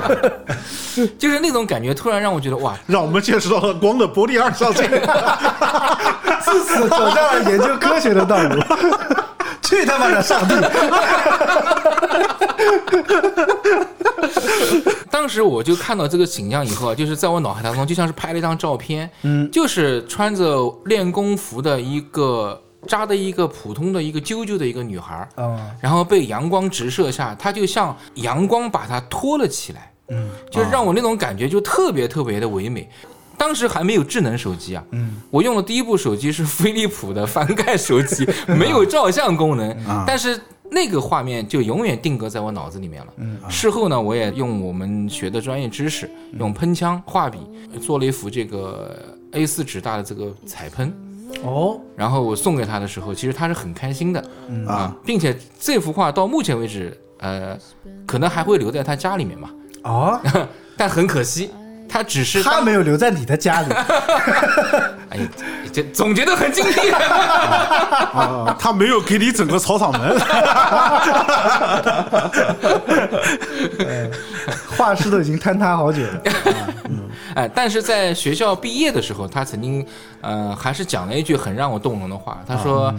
S2: 就是那种感觉，突然让我觉得哇，
S4: 让我们见识到了光的波粒二 象性。
S3: 自此走上了研究科学的道路。去他妈的上帝！
S2: 当时我就看到这个景象以后啊，就是在我脑海当中就像是拍了一张照片，嗯，就是穿着练功服的一个扎的一个普通的一个啾啾的一个女孩儿，
S3: 啊，
S2: 然后被阳光直射下，她就像阳光把她托了起来，嗯，就让我那种感觉就特别特别的唯美。当时还没有智能手机啊，嗯，我用的第一部手机是飞利浦的翻盖手机，没有照相功 能，但是那个画面就永远定格在我脑子里面了。嗯，事后呢，我也用我们学的专业知识，用喷枪、画笔做了一幅这个 A 4纸大的这个彩喷，
S3: 哦，
S2: 然后我送给他的时候，其实他是很开心的
S4: 啊，
S2: 并且这幅画到目前为止，呃，可能还会留在他家里面嘛，
S3: 啊，
S2: 但很可惜，他只是
S3: 他
S2: 当
S3: 没有留在你的家里，
S2: 哎呀，这这总结的很精辟。
S4: 啊，他没有给你整个草场门，
S3: 画室都已经坍塌好久了。
S2: 哎，但是在学校毕业的时候，他曾经呃还是讲了一句很让我动容的话，他说。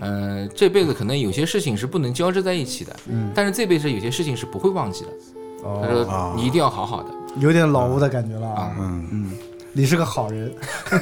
S2: 呃，这辈子可能有些事情是不能交织在一起的，嗯，但是这辈子有些事情是不会忘记的。他
S3: 哦，
S2: 说你一定要好好的，
S3: 有点老吴的感觉了啊。嗯嗯，你是个好人，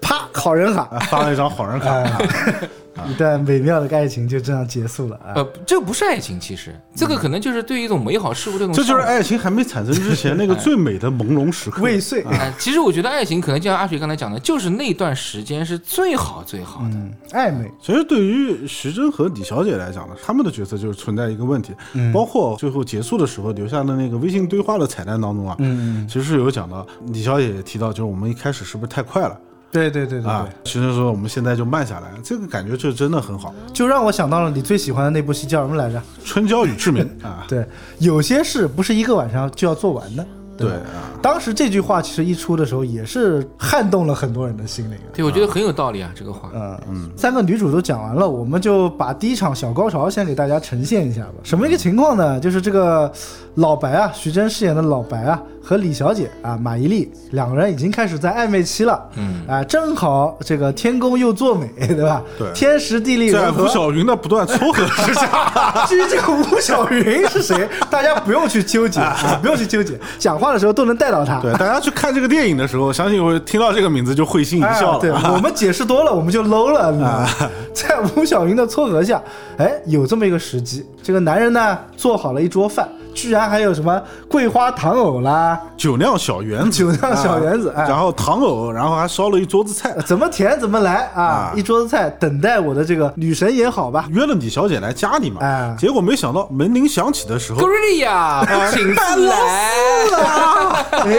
S3: 啪，好人卡。
S4: 发了一张好人卡。
S3: 一段美妙的爱情就这样结束了啊！
S2: 呃，这不是爱情，其实这个可能就是对于一种美好事物的一种
S4: 这就是
S2: 向往
S4: 爱情还没产生之前那个最美的朦胧时刻。
S3: 未遂，
S2: 哎，其实我觉得爱情可能就像阿水刚才讲的，就是那段时间是最好最好的。
S3: 嗯，暧昧，
S4: 其实对于徐峥和李小姐来讲呢，他们的角色就是存在一个问题，
S3: 嗯
S4: 包括最后结束的时候留下的那个微信对话的彩蛋当中啊，
S3: 嗯
S4: 其实是有讲到李小姐也提到，就是我们一开始是不是太快了
S3: 对对嗯对对
S4: 啊
S3: 对，？
S4: 徐峥说我们现在就慢下来，这个感觉就真的很好，
S3: 就让我想到了你最喜欢的那部戏叫什么来着？
S4: 《春娇与 志明》啊，
S3: 对，有些事不是一个晚上就要做完的。
S4: 对
S3: 吧
S4: 啊，
S3: 当时这句话其实一出的时候，也是撼动了很多人的心灵啊。
S2: 对，我觉得很有道理啊，这个话。
S3: 嗯嗯，三个女主都讲完了，我们就把第一场小高潮先给大家呈现一下吧。什么一个情况呢？就是这个老白啊，徐峥饰演的老白啊，和李小姐啊，马伊琍两个人已经开始在暧昧期了。嗯啊，正好这个天公又作美，对吧？
S4: 对
S3: 天时地利
S4: 在
S3: 人
S4: 吴
S3: 和。
S4: 小云的不断撮合 之下，
S3: 至于 这个吴小云是谁，大家不用去纠结，啊、不用去纠结，讲话的时候都能带到他。
S4: 对大家去看这个电影的时候，相信会听到这个名字就会心一
S3: 哎
S4: 笑
S3: 对
S4: 了。啊
S3: 我们解释多了，我们就 low 了，你知道吗？在吴晓云的撮合下，哎，有这么一个时机，这个男人呢做好了一桌饭，居然还有什么桂花糖藕啦，
S4: 酒酿小圆子，
S3: 酒酿小圆子
S4: 啊
S3: 哎
S4: 然后糖藕，然后还烧了一桌子菜
S3: 呃。怎么甜怎么来啊
S4: 啊！
S3: 一桌子菜等待我的这个女神也好 吧。
S4: 约了李小姐来家里嘛，
S3: 哎
S4: 结果没想到门铃响起的时候
S2: 格，瑞利亚，请自来。
S3: 哎，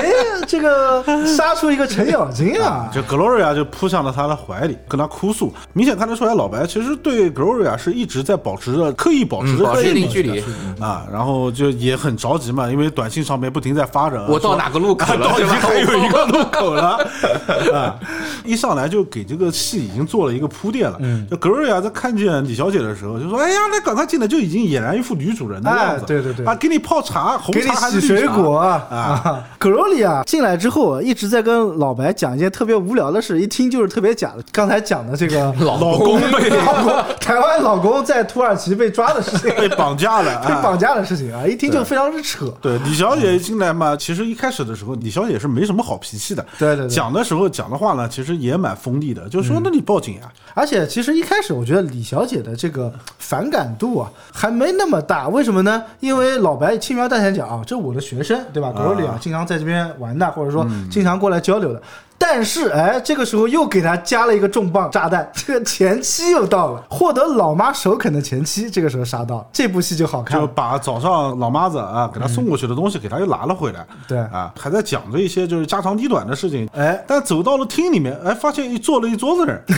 S3: 这个杀出一个程咬金啊！
S4: 这 Gloria 就扑向了他的怀里，跟他哭诉。明显看得出来，老白其实对 Gloria 是一直在保持着刻意保持
S2: 嗯，
S4: 着
S2: 保持一定距
S4: 的
S2: 离。嗯
S4: 啊，然后就也很着急嘛，因为短信上面不停在发着，
S2: 我到哪个路口
S4: 看
S2: 了？
S4: 啊到已
S2: 对
S4: 经
S2: 吧
S4: 还有一个路 口了啊！一上来就给这个戏已经做了一个铺垫了。
S2: 嗯
S4: 就 Gloria 在看见李小姐的时候，就说：“哎呀，那赶快进来！”就已经俨然一副女主人的样子。
S3: 哎对对对
S4: 啊，给你泡茶，红
S3: 给你
S4: 茶还是
S3: 洗
S4: 绿
S3: 水
S4: 茶
S3: 果
S4: 啊？
S3: 啊！格罗里啊，进来之后啊，一直在跟老白讲一件特别无聊的事，一听就是特别假的。刚才讲的这个
S2: 老公呗，
S3: 老公，台湾老公在土耳其被抓的事 情，
S4: 被绑架了，
S3: 被
S4: 啊
S3: 绑架的事情啊，一听就非常之扯。
S4: 对，李小姐一进来嘛，其实一开始的时候，李小姐是没什么好脾气的。
S3: 对对对嗯
S4: 讲的时候讲的话呢，其实也蛮锋利的，就说那你报警啊，
S3: 而且其实一开始我觉得李小姐的这个反感度啊还没那么大，为什么呢？因为老白轻描淡写讲啊，这我的学生对吧？格罗里啊，经常在这边玩的，或者说
S4: 嗯
S3: 经常过来交流的。但是哎，这个时候又给他加了一个重磅炸弹， 这个前妻又到了，获得老妈首肯的前妻，这个时候杀到了，这部戏就好看
S4: 就
S3: 了。
S4: 把早上老妈子啊给她送过去的东西给她又拿了回来。
S3: 对
S4: 啊，还在讲着一些就是家长里短的事情。
S3: 哎，
S4: 但走到了厅里面，哎，发现一坐了一桌子人，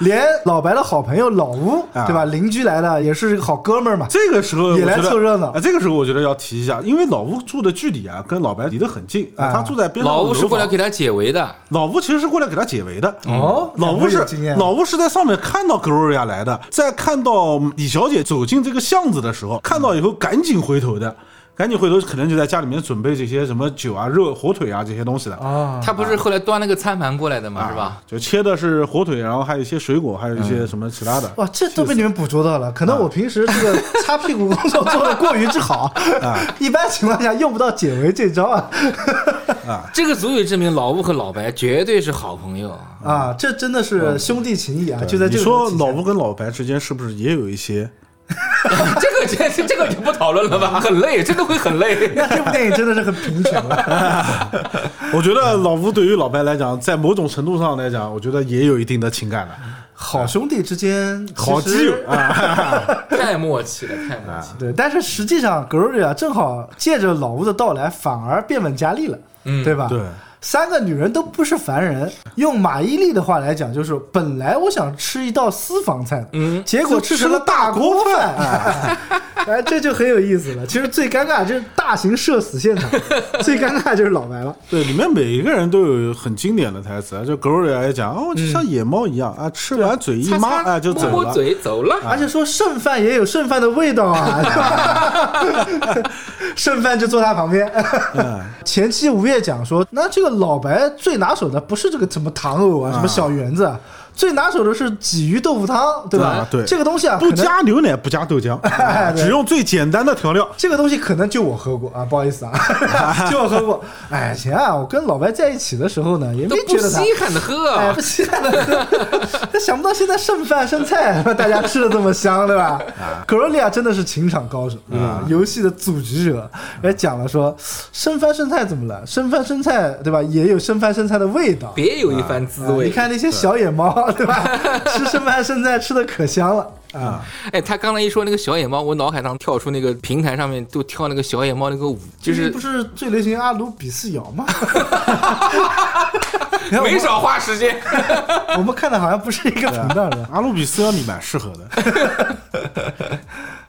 S3: 连老白的好朋友老吴，
S4: 啊
S3: 对吧？邻居来了，也是个好哥们儿嘛。
S4: 这个时候
S3: 也
S4: 我
S3: 来
S4: 觉得
S3: 凑热闹
S4: 啊这个时候我觉得要提一下，因为老吴住的距离啊跟老白离得很近，
S3: 啊
S4: 啊、他住在边上的
S2: 老
S4: 楼房。
S2: 吴是过来给他解围的。
S4: 老吴其实是过来给他解围的。
S3: 哦
S4: 嗯老吴
S3: 有
S4: 是
S3: 经验
S4: 老吴是在上面看到 Gloria 来的，在看到李小姐走进这个巷子的时候，看到以后赶紧回头的，赶紧回头，可能就在家里面准备这些什么酒啊、肉、火腿啊这些东西的，
S3: 啊，
S2: 他不是后来端了个餐盘过来的嘛，
S4: 啊
S2: 是吧？？
S4: 就切的是火腿，然后还有一些水果，还有一些什么其他的。
S3: 嗯哇，这都被你们捕捉到了。可
S4: 啊
S3: 能我平时这个擦屁股 工作做的过于之好，一般情况下用不到解围这招啊。
S4: 啊，
S2: 这个足以证明老吴和老白绝对是好朋友啊。
S3: 啊，这真的是兄弟情谊啊！就在
S4: 嗯你
S3: 这个
S4: 说
S3: 期间
S4: 老吴跟老白之间是不是也有一些？
S2: 这个这这个就不讨论了吧，很累，真的会很累。
S3: 那这部电影真的是很贫穷啊！
S4: 我觉得老吴对于老白来讲，在某种程度上来讲，我觉得也有一定的情感的，
S3: 好兄弟之间，
S4: 好基友啊。
S2: 太默契了，太默契了。
S3: 对，但是实际上格瑞啊，正好借着老吴的到来，反而变本加厉了，
S2: 嗯
S3: 对吧？
S4: 对，
S3: 三个女人都不是凡人。用马伊琍的话来讲，就是本来我想吃一道私房菜，
S2: 嗯
S3: 结果吃成了大锅饭，哎，哎这就很有意思了。其实最尴尬就是大型社死现场，最尴尬就是老白了。
S4: 对，里面每一个人都有很经典的台词，啊就 Gloria 也讲哦，就像野猫一样啊，吃完嘴一
S2: 擦
S4: 抹
S2: 擦
S4: 啊就走了。
S2: 摸摸嘴走了。
S4: 啊
S3: 而且说剩饭也有剩饭的味道 啊，对吧？剩饭就坐他旁边。
S4: 嗯
S3: 前期吴越讲说，那这个老白最拿手的不是这个什么糖藕啊，什么小圆子，啊，最拿手的是鲫鱼豆腐汤，对吧
S4: 啊？对
S3: 这个东西啊，
S4: 不
S3: 可能。
S4: 加牛奶，不加豆浆，啊
S3: 对
S4: 只用最简单的调料。
S3: 这个东西可能就我喝过啊，不好意思 啊，就我喝过。哎，行啊，我跟老白在一起的时候呢，也没
S2: 都
S3: 觉
S2: 不
S3: 得他
S2: 稀罕的喝、啊
S3: 哎，不 期待的喝。但想不到现在剩饭剩菜， 大家吃的这么香，对吧？
S2: 啊
S3: 格罗利亚真的是情场高手
S2: 嗯
S3: 啊，游戏的组织者。也讲了说，剩饭剩菜怎么了？剩饭剩菜，对吧？也有剩饭剩菜的 味道。
S2: 别有一番滋
S3: 啊
S2: 味。
S3: 你看那些小野猫，对吧？吃剩饭剩菜吃的可香了啊！
S2: 哎，他刚才一说那个小野猫，我脑海上跳出那个平台上面就跳那个小野猫那个舞，就
S3: 最近
S2: 是
S3: 不是最流行阿努比斯摇 吗？你看我
S2: 没啊
S3: 们
S2: 少花时间。
S3: 我们看的好像不是一个频道的。
S4: 阿鲁比斯啊让你蛮适合的。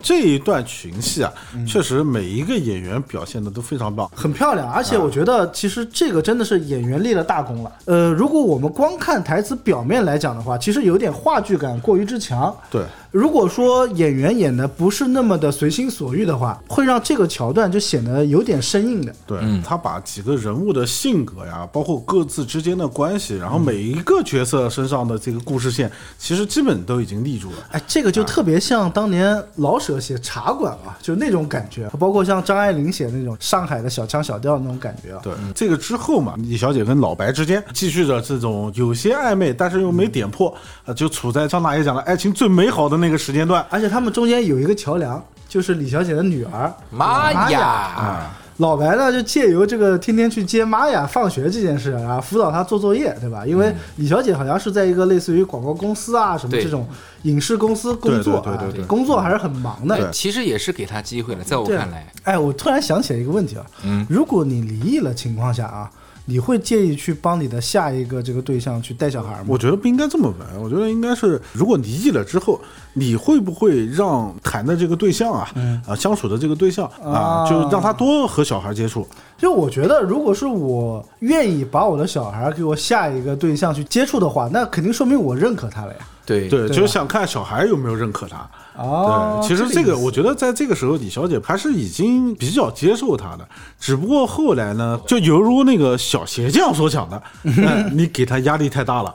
S4: 这一段群戏啊，确实每一个演员表现的都非常棒。
S3: 很漂亮，而且我觉得其实这个真的是演员立了大功了。呃，如果我们光看台词表面来讲的话，其实有点话剧感过于之强。
S4: 对，
S3: 如果说演员演的不是那么的随心所欲的话，会让这个桥段就显得有点生硬的。
S4: 对、他把几个人物的性格呀，包括各自之间的关系，然后每一个角色身上的这个故事线，其实基本都已经立住了。
S3: 哎，这个就特别像当年老舍写《茶馆》啊，就那种感觉，包括像张爱玲写那种上海的小腔小调那种感觉啊。
S4: 对，这个之后嘛，李小姐跟老白之间继续着这种有些暧昧，但是又没点破，呃，就处在张大爷讲的爱情最美好的那个时间段。
S3: 而且他们中间有一个桥梁，就是李小姐的女儿
S2: 妈
S3: 玛
S2: 呀！
S3: 老白呢，就借由这个天天去接玛雅放学这件事啊，辅导她做作业，对吧？因为李小姐好像是在一个类似于广告公司啊什么
S2: 对
S3: 这种影视公司工作啊，
S4: 对对对对对
S3: 工作还是很忙的。
S2: 哎其实也是给他机会了，在我
S3: 对
S2: 看来，，
S3: 哎，我突然想起来一个问题啊，
S2: 嗯
S3: 如果你离异了情况下啊，你会介意去帮你的下一个这个对象去带小孩吗
S4: 我？觉得不应该这么玩，我觉得应该是，如果离异了之后，你会不会让谈的这个对象啊，啊相处的这个对象啊，
S3: 啊
S4: 就让他多和小孩接触？
S3: 就我觉得，如果是我愿意把我的小孩给我下一个对象去接触的话，那肯定说明我认可他了呀。
S2: 对
S4: 对，
S3: 对
S4: 就
S3: 吧
S4: 想看小孩有没有认可他。
S3: 哦，
S4: 对，其实这
S3: 这
S4: 个
S3: 意思
S4: 我觉得在这个时候，李小姐还是已经比较接受他的，只不过后来呢，就犹如那个小鞋匠所讲的，哎你给他压力太大了。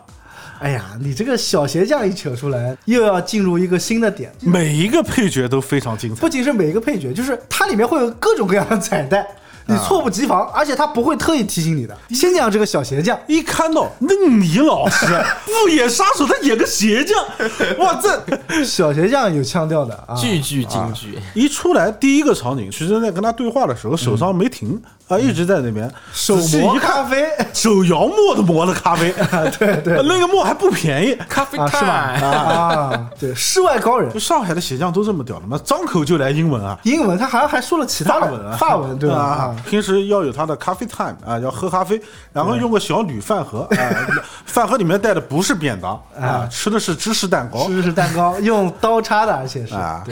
S3: 哎呀，你这个小鞋匠一扯出来，又要进入一个新的点。
S4: 每一个配角都非常精彩
S3: 不，仅是每一个配角，就是它里面会有各种各样的彩
S4: 啊
S3: 蛋，你猝不及防，而且他不会特意提醒你的。先讲这个小鞋匠，
S4: 一看到那李老师不演杀手，他演个鞋匠，哇，这
S3: 小鞋匠有腔调的啊，
S2: 句句金句。
S4: 一出来第一个场景，徐峥在跟他对话的时候，手上没停啊，一直在那边
S3: 手
S4: 仔细
S3: 磨
S4: 一
S3: 咖
S4: 看
S3: 啡，
S4: 手摇磨的磨的咖啡，
S3: 对对
S4: 那个磨还不便宜，
S2: 咖啡
S3: 啊，是吧？
S2: time，
S3: 啊，对，世外高人
S4: 就，上海的鞋匠都这么屌的吗？张口就来英文啊！
S3: 英文他好像还说了其他
S4: 法
S3: 的
S4: 文啊，
S3: 法文对吧？啊
S4: 啊，平时要有他的咖啡 time 啊，要喝咖啡，然后用个小铝饭盒，啊，饭盒里面带的不是便当啊，吃的是芝士蛋糕
S3: 芝士蛋 糕用刀叉的，而且是
S4: 啊，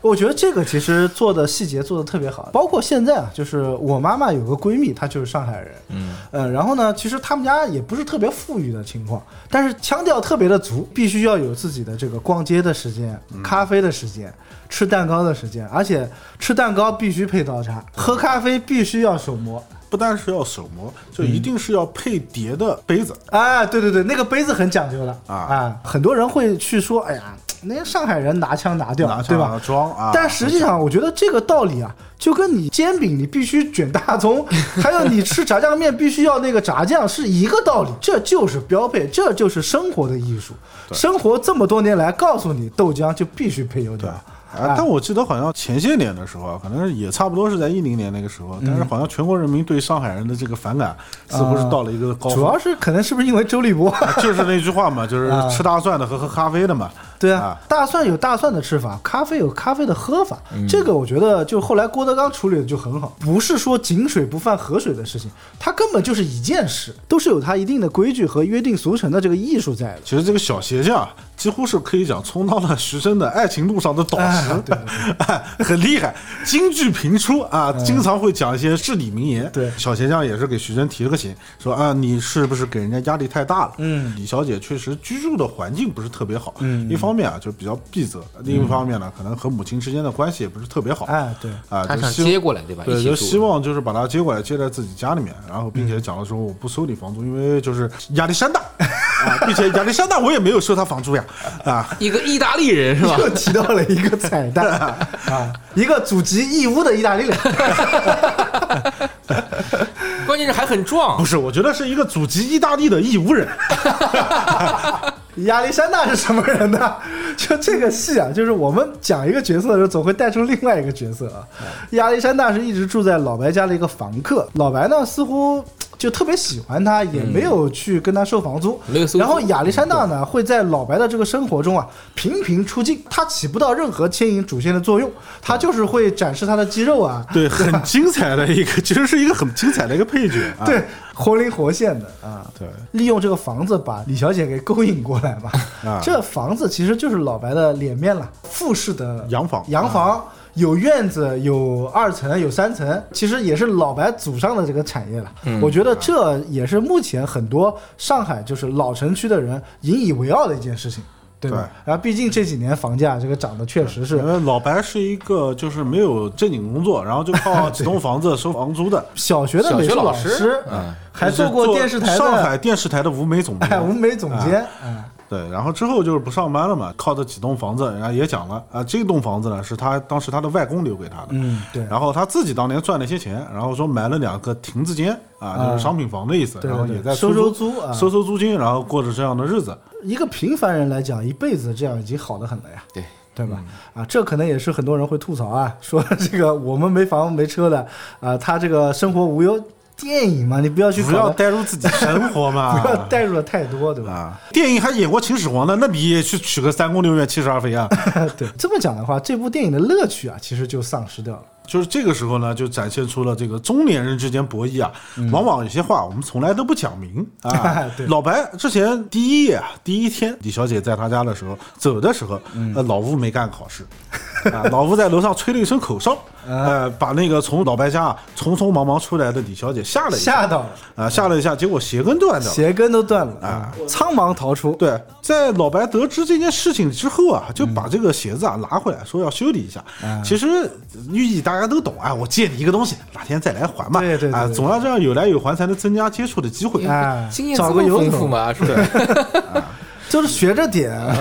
S3: 我觉得这个其实做的细节做的特别好，包括现在啊，就是我妈妈有个闺蜜，她就是上海人，嗯，呃，然后呢，其实他们家也不是特别富裕的情况，但是腔调特别的足，必须要有自己的这个逛街的时间、
S4: 嗯
S3: 咖啡的时间、吃蛋糕的时间，而且吃蛋糕必须配刀叉，喝咖啡必须要手磨。
S4: 不单是要手磨，就
S3: 嗯
S4: 一定是要配碟的杯子。
S3: 啊，对对对，那个杯子很讲究了
S4: 啊
S3: 很多人会去说，哎呀，那些上海人拿枪拿掉，
S4: 拿
S3: 对吧？
S4: 枪装啊，
S3: 但实际上，我觉得这个道理啊，就跟你煎饼你必须卷大葱， 还有你吃炸酱面必须要那个炸酱是一个道理。这就是标配，这就是生活的艺术。生活这么多年来告诉你，豆浆就必须配油条。
S4: 啊，但我记得好像前些年的时候啊，可能也差不多是在一零年那个时候，
S3: 嗯
S4: 但是好像全国人民对上海人的这个反感似乎是到了一个高
S3: 啊主
S4: 峰，
S3: 要是可能是不是因为周立波？
S4: 就是那句话嘛，就是吃大蒜的和喝咖啡的嘛。
S3: 对
S4: 啊
S3: 啊，大蒜有大蒜的吃法，咖啡有咖啡的喝法。这个我觉得，就后来郭德纲处理的就很好，不是说井水不犯河水的事情，它根本就是一件事，都是有它一定的规矩和约定俗成的这个艺术在的。
S4: 其实这个小鞋匠啊几乎是可以讲充当了徐峥的爱情路上的导师，
S3: 哎对嗯
S4: 很厉害，京剧频出啊，经常会讲一些至理名言。
S3: 对
S4: 小鞋匠也是给徐峥提了个醒，说啊，你是不是给人家压力太大了？嗯，李小姐确实居住的环境不是特别好，嗯，一方面啊就比较闭塞，另一方面呢，可能和母亲之间的关系也不是特别好。
S3: 哎，对，
S4: 啊，
S2: 他
S4: 就
S2: 想
S4: 希
S2: 接过来对吧一
S4: 对，
S2: 起
S4: 就
S2: 住
S4: 希望就是把他接过来，接在自己家里面，然后并且讲了说我不收你房租，因为就是亚历山大啊，并且亚历山大我也没有收他房 租呀，啊，
S2: 一个意大利人是吧？
S3: 又提到了一个彩蛋啊，一个祖籍义乌的意大利人，
S2: 关键是还很壮
S4: 不，是，我觉得是一个祖籍意大利的义乌 人，
S3: 亚历山大是什么人呢？ 就这个戏啊，就是我们讲一个角色的时候，总会带出另外一个角色啊。
S2: 嗯
S3: 亚历山大是一直住在老白家的一个房客，老白呢似乎就特别喜欢他，也没有去跟他收房租。
S2: 没有收租
S3: 然后亚历山大呢会在老白的这个生活中啊频频出镜，他起不到任何牵引主线的作用，他就是会展示他的肌肉啊，
S4: 对，很精彩的一个，其实是一个很精彩的一个配角，啊、
S3: 对，活灵活现的啊。
S4: 对，
S3: 利用这个房子把李小姐给勾引过来嘛。
S4: 啊
S3: 这房子其实就是老白的脸面了，复式的
S4: 洋房
S3: 洋房。有院子，有二层，有三层，其实也是老白祖上的这个产业了。
S4: 嗯
S3: 我觉得这也是目前很多上海就是老城区的人引以为傲的一件事情，对吧？然后毕竟这几年房价这个涨得确实是
S4: 因为老白是一个就是没有正经工作，然后就 靠几栋房子收房租的，
S3: 小学的
S2: 小
S3: 美
S2: 学
S3: 术
S2: 老师
S3: 师，还
S4: 嗯就是
S3: 做过电视台的
S4: 上海电视台的舞美总
S3: 哎
S4: 监，
S3: 舞美总监，嗯
S4: 对，然后之后就是不上班了嘛，靠这几栋房子，人家也讲了啊，这栋房子呢是他当时他的外公留给他的，
S3: 嗯，对。
S4: 然后他自己当年赚了一些钱，然后说买了两个亭子间啊，就是商品房的意思，
S3: 对对
S4: 然后
S3: 对
S4: 也在
S3: 收
S4: 收
S3: 收租啊
S4: 收收租金，然后过着这样的日子。
S3: 一个平凡人来讲，一辈子这样已经好得很了呀，
S2: 对，
S3: 对吧？啊，这可能也是很多人会吐槽啊，说这个我们没房没车的，啊，他这个生活无忧。电影嘛，你不要去
S4: 不要
S3: 搞得
S4: 带啊入自己生活 嘛，
S3: 不要带入了太多，对吧？
S4: 啊！电影还演过秦始皇呢，那你也去娶个三宫六院七十二妃啊？
S3: 对，这么讲的话，这部电影的乐趣啊，其实就丧失掉了。。
S4: 就是这个时候呢，就展现出了这个中年人之间博弈啊，往往有些话我们从来都不讲明啊
S3: 对
S4: 老白之前第一夜啊，第一天，李小姐在他家的时候，走的时候，呃，老吴没干考试，啊，老吴在楼上吹了一声口哨，呃，把那个从老白家啊匆匆忙忙出来的李小姐吓了一下，
S3: 吓到了，
S4: 啊，吓了一下，结果鞋跟断掉了。
S3: 鞋跟都断了啊，苍茫逃出。
S4: 对，在老白得知这件事情之后啊，就把这个鞋子啊拿回来，说要修理一下。
S3: 嗯
S4: 其实寓意大家都懂啊，我借你一个东西，哪天再来还嘛。
S3: 对对对
S4: 啊，
S3: 对
S4: 总要这样有来有还，才能增加接触的机会。
S3: 哎，
S2: 经验这
S3: 找个
S2: 么
S3: 由
S2: 丰富
S3: 头，
S2: 嘛，是吧？
S3: 就是学着点。啊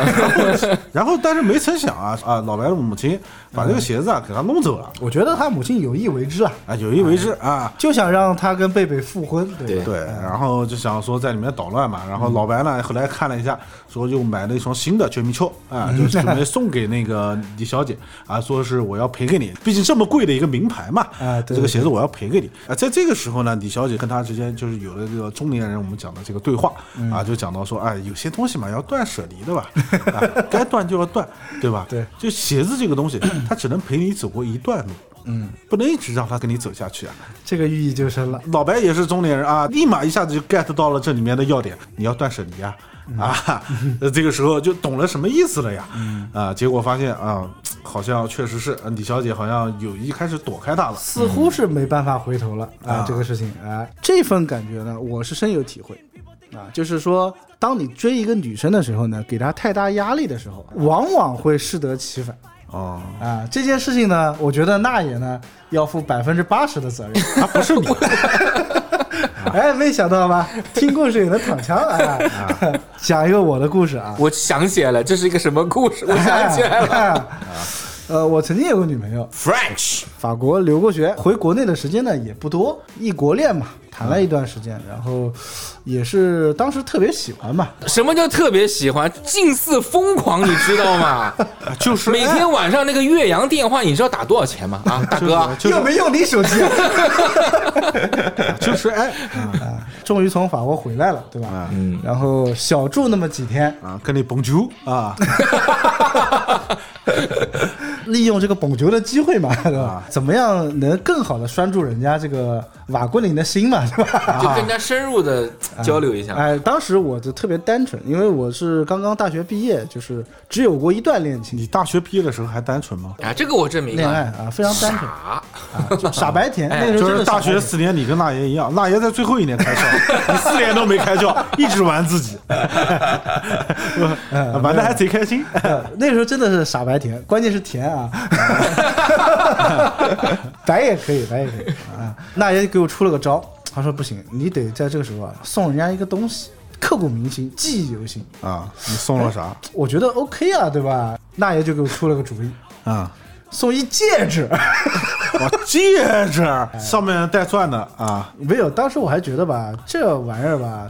S4: 然后，但是没曾想啊啊，老白的母亲把
S3: 嗯
S4: 这个鞋子啊给他弄走了
S3: 我觉得他母亲有意为之啊，
S4: 啊，有意为之啊。
S3: 就想让他跟贝贝复婚，对吧？
S4: 对，然后就想说在里面捣乱嘛，然后老白呢后来看了一下，说又买了一双新的绝密球 啊，就准备送给那个李小姐啊，说是我要赔给你，毕竟这么贵的一个名牌嘛，
S3: 啊对
S4: 这个鞋子我要赔给你啊。在这个时候呢，李小姐跟他之间就是有了这个中年人我们讲的这个对话
S3: 嗯
S4: 啊，就讲到说，哎，有些东西嘛要断舍离 的吧，啊，该断就要断，对吧？
S3: 对，
S4: 就鞋子这个东西，它只能陪你走过一段路。嗯，不能一直让它跟你走下去啊！
S3: 这个寓意就深了。
S4: 老白也是中年人啊，立马一下子就 get 到了这里面的要点，你要断舍离啊。啊， 呃这个时候就懂了什么意思了呀？啊，结果发现啊，好像确实是呃李小姐好像有意开始躲开他了。
S3: 似乎是没办法回头了啊
S2: 嗯
S4: 啊，
S3: 这个事情啊，这份感觉呢，我是深有体会啊，就是说，当你追一个女生的时候呢，给她太大压力的时候，往往会适得其反
S4: 哦，
S3: 啊。这件事情呢， 我觉得那也呢要负百分之八十的责任，
S4: 啊，不是你，
S3: 哎，没想到吧？听故事也能躺枪啊！ 讲一个我的故事啊，
S2: 我想起来了，这是一个什么故事？我想起 来了
S3: 呃，我曾经有个女朋友，
S2: ，French
S3: 法国留过学，回国内的时间呢也不多，异国恋嘛，谈了一段时间，然后也是当时特别喜欢嘛，
S2: 什么叫特别喜欢？近似疯狂，你知道吗？
S4: 就是
S2: 每天晚上那个岳阳电话，你知道打多少钱吗？啊，大哥，
S4: 就是
S3: 用没用你手机、啊？
S4: 就是哎
S3: 终于从法国回来了，对吧？嗯，然后小住那么几天，
S4: 啊，跟你蹦球啊，
S3: 利用这个捧球的机会
S4: 啊
S3: 嘛，对吧？怎么样能更好的拴住人家这个瓦罐林的心嘛，对吧？
S2: 啊就更加深入的交流一下。
S3: 哎，当时我就特别单纯，因为我是刚刚大学毕业，就是只有过一段恋情，
S4: 你大学毕业的时候还单纯吗？
S2: 啊，这个我证明
S3: 恋爱
S2: 了，
S3: 啊，非常单纯
S2: 傻，
S3: 啊，就 傻白甜。那个时
S4: 哎就
S3: 候真
S4: 是
S3: 的
S4: 大
S3: 傻白
S4: 学
S3: 甜
S4: 四年，你跟大爷一样，大爷在最后一年开窍，你四年都没开窍，一直玩自己， 玩的还贼开心。
S3: 呃 那时候真的是傻白甜，关键是甜啊， 白也可以，白也可以啊。那也给我出了个招，他说不行，你得在这个时候啊送人家一个东西，刻骨铭心，记忆犹新。
S4: 啊，你送了啥
S3: 我觉得 OK 啊，对吧？那爷就给我出了个主意，
S4: 啊？
S3: 送一戒指。
S4: 我戒指上面带钻的啊，
S3: 没有，当时我还觉得吧，这玩意儿吧，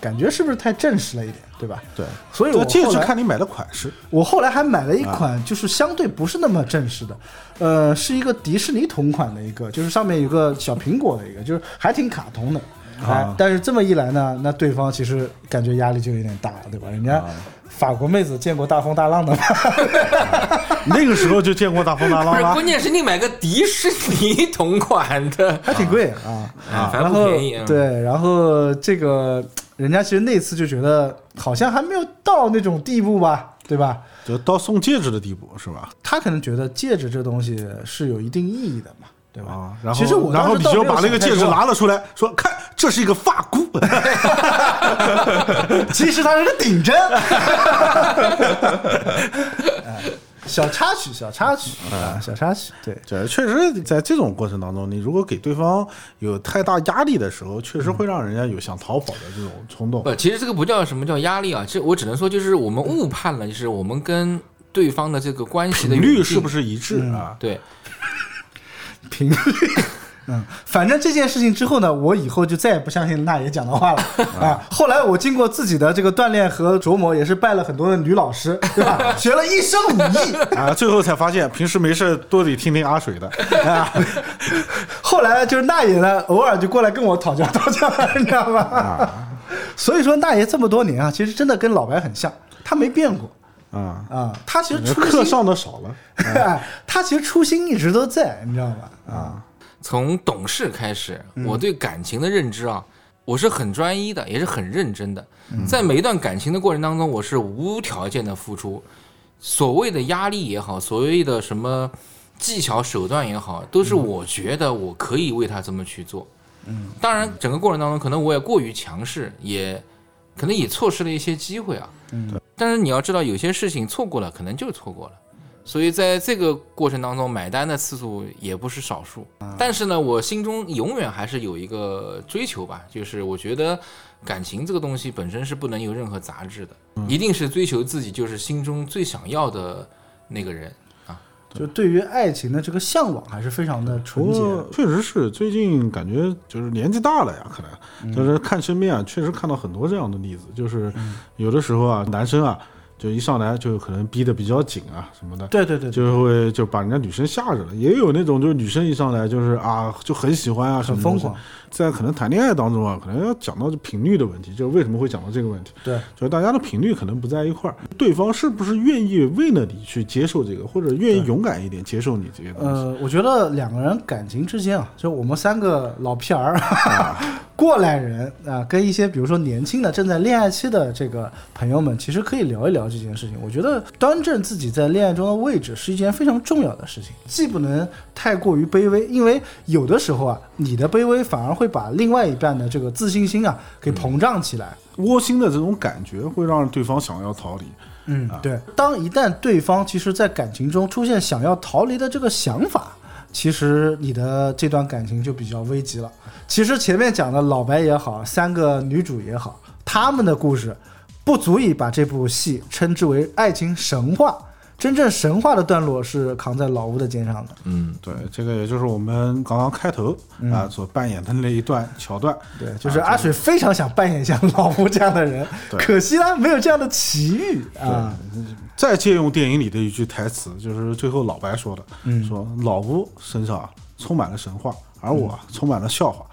S3: 感觉是不是太正式了一点，对吧？
S4: 对，
S3: 所以
S4: 这
S3: 我
S4: 戒
S3: 后
S4: 指
S3: 来
S4: 看你买的款式
S3: 我后来还买了一
S2: 啊
S3: 款，就是相对不是那么正式的，呃，是一个迪士尼同款的一个，就是上面有个小苹果的一个，就是还挺卡通的。
S2: 啊
S3: 哎，但是这么一来呢，那对方其实感觉压力就有点大了，对吧？人家
S2: 啊
S3: 法国妹子见过大风大浪的 嘛，
S4: 那个时候就见过大风大
S2: 不
S4: 浪啊
S2: 是，
S4: 了
S2: 关。键是你买个迪士尼同款的，
S3: 还挺贵啊。
S2: 啊，反
S3: 然
S2: 正
S3: 后
S2: 不便宜啊。
S3: 对，然后这个人家其实那次就觉得好像还没有到那种地步吧，对吧？
S4: 就到送戒指的地步是吧？
S3: 他可能觉得戒指这东西是有一定意义的嘛，对吧？
S4: 啊，然后
S3: 其实我
S4: 然后
S3: 当
S4: 你
S3: 时倒
S4: 就
S3: 没有
S4: 把那个戒指
S3: 想太多
S4: 拿了出来，说看这是一个发箍，
S3: 其实它是个顶针。哎 小插曲，小插曲啊，小插曲，对，
S4: 这确实在这种过程当中，你如果给对方有太大压力的时候，确实会让人家有想逃跑的这种冲动。
S2: 不，呃其实这个不叫什么叫压力啊，这我只能说就是我们误判了，就是我们跟对方的这个关系的
S4: 频率
S2: 远近
S4: 是不是一致啊？
S2: 对？
S3: 频率。嗯，反正这件事情之后呢，我以后就再也不相信娜爷讲的话了啊。后来我经过自己的这个锻炼和琢磨，也是拜了很多的女老师，对 吧？学了一身武艺。
S4: 啊，最后才发现平时没事都得听听阿水 的，啊
S3: 后来就是娜爷呢，偶尔就过来跟我讨教讨教，你知道吧？所以说娜爷这么多年啊，其实真的跟老白很像，他没变过
S4: 啊，
S3: 啊。他其实初
S4: 课
S3: 心
S4: 上的少了。
S3: 他其实初心一直都在，你知道吧？啊，
S2: 从懂事开始，我对感情的认知啊，我是很专一的，也是很认真的。在每一段感情的过程当中，我是无条件的付出，所谓的压力也好，所谓的什么技巧手段也好，都是我觉得我可以为他这么去做。嗯，当然，整个过程当中，可能我也过于强势，也可能也错失了一些机会啊。嗯，但是你要知道，有些事情错过了，可能就错过了。所以在这个过程当中，买单的次数也不是少数。但是呢，我心中永远还是有一个追求吧，就是我觉得感情这个东西本身是不能有任何杂质的，一定是追求自己就是心中最想要的那个人。
S3: 就对于爱情的这个向往还是非常的纯
S4: 不
S3: 洁。
S4: 过确实是最近感觉就是年纪大了呀，可
S3: 嗯
S4: 能就是看身边啊，确实看到很多这样的例子，就是有的时候啊，男生啊，就一上来就可能逼得比较紧啊什么的，
S3: 对对对，对
S4: 就会就把人家女生吓着了。也有那种就是女生一上来就是啊就很喜欢啊，什
S3: 很
S4: 么
S3: 疯
S4: 东西
S3: 狂。
S4: 在可能谈恋爱当中啊，可能要讲到这频率的问题，就是为什么会讲到这个问题，
S3: 对，
S4: 就是大家的频率可能不在一块儿，对方是不是愿意为了你去接受这个，或者愿意勇敢一点接受你这些东西？
S3: 呃，我觉得两个人感情之间啊，就我们三个老屁儿、 过来人啊，跟一些比如说年轻的正在恋爱期的这个朋友们，其实可以聊一聊这件事情。我觉得端正自己在恋爱中的位置是一件非常重要的事情，既不能太过于卑微，因为有的时候啊，你的卑微反而会把另外一半的这个自信心啊给膨胀起来。
S4: 窝心的这种感觉会让对方想要逃离。
S3: 嗯，对。当一旦对方其实在感情中出现想要逃离的这个想法，其实你的这段感情就比较危急了。其实前面讲的老白也好，三个女主也好，她们的故事不足以把这部戏称之为爱情神话。真正神话的段落是扛在老吴的肩上的。
S2: 嗯，
S4: 对，这个也就是我们刚刚开头啊所扮演的那一段桥段。
S3: 对，就是阿水非常想扮演像老吴这样的人，
S4: 对
S3: 可惜他没有这样的奇遇啊。
S4: 再借用电影里的一句台词，就是最后老白说的，
S3: 嗯
S4: 说老吴身上充满了神话，而我充满了笑话。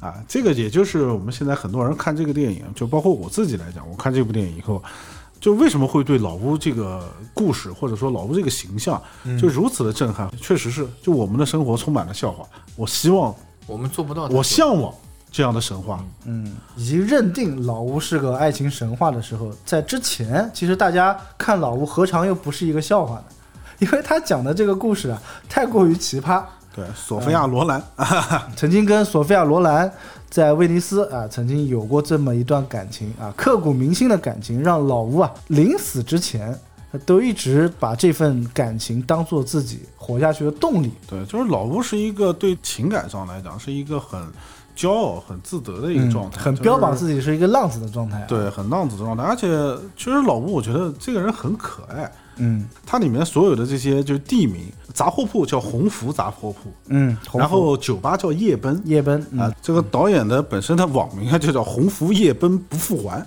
S4: 啊，这个也就是我们现在很多人看这个电影，就包括我自己来讲，我看这部电影以后，就为什么会对老吴这个故事或者说老吴这个形象就如此的震撼？确实是，就我们的生活充满了笑话。我希望，
S2: 我们做不到。
S4: 我向往这样的神话。
S3: 哦嗯，以及认定老吴是个爱情神话的时候，在之前，其实大家看老吴何尝又不是一个笑话呢？ 因为他讲的这个故事啊，太过于奇葩。
S4: 对，索菲亚·罗兰
S3: 嗯
S4: 啊，
S3: 曾经跟索菲亚·罗兰在威尼斯啊，曾经有过这么一段感情啊，刻骨铭心的感情，让老吴啊临死之前都一直把这份感情当做自己活下去的动力。
S4: 对，就是老吴是一个对情感上来讲是一个很骄傲、很自得的一个状态，
S3: 嗯很标榜
S4: 己。
S3: 自己是一个浪子的状态、啊。，
S4: 哦对，很浪子的状态，而且其实老吴，我觉得这个人很可爱。
S3: 嗯
S4: 他里面所有的这些就是地名，杂货铺叫鸿福杂货铺，
S3: 嗯，
S4: 然后酒吧叫夜奔。
S3: 夜奔嗯
S4: 啊，这个导演的本身的网名啊就叫“鸿福夜奔不复还”，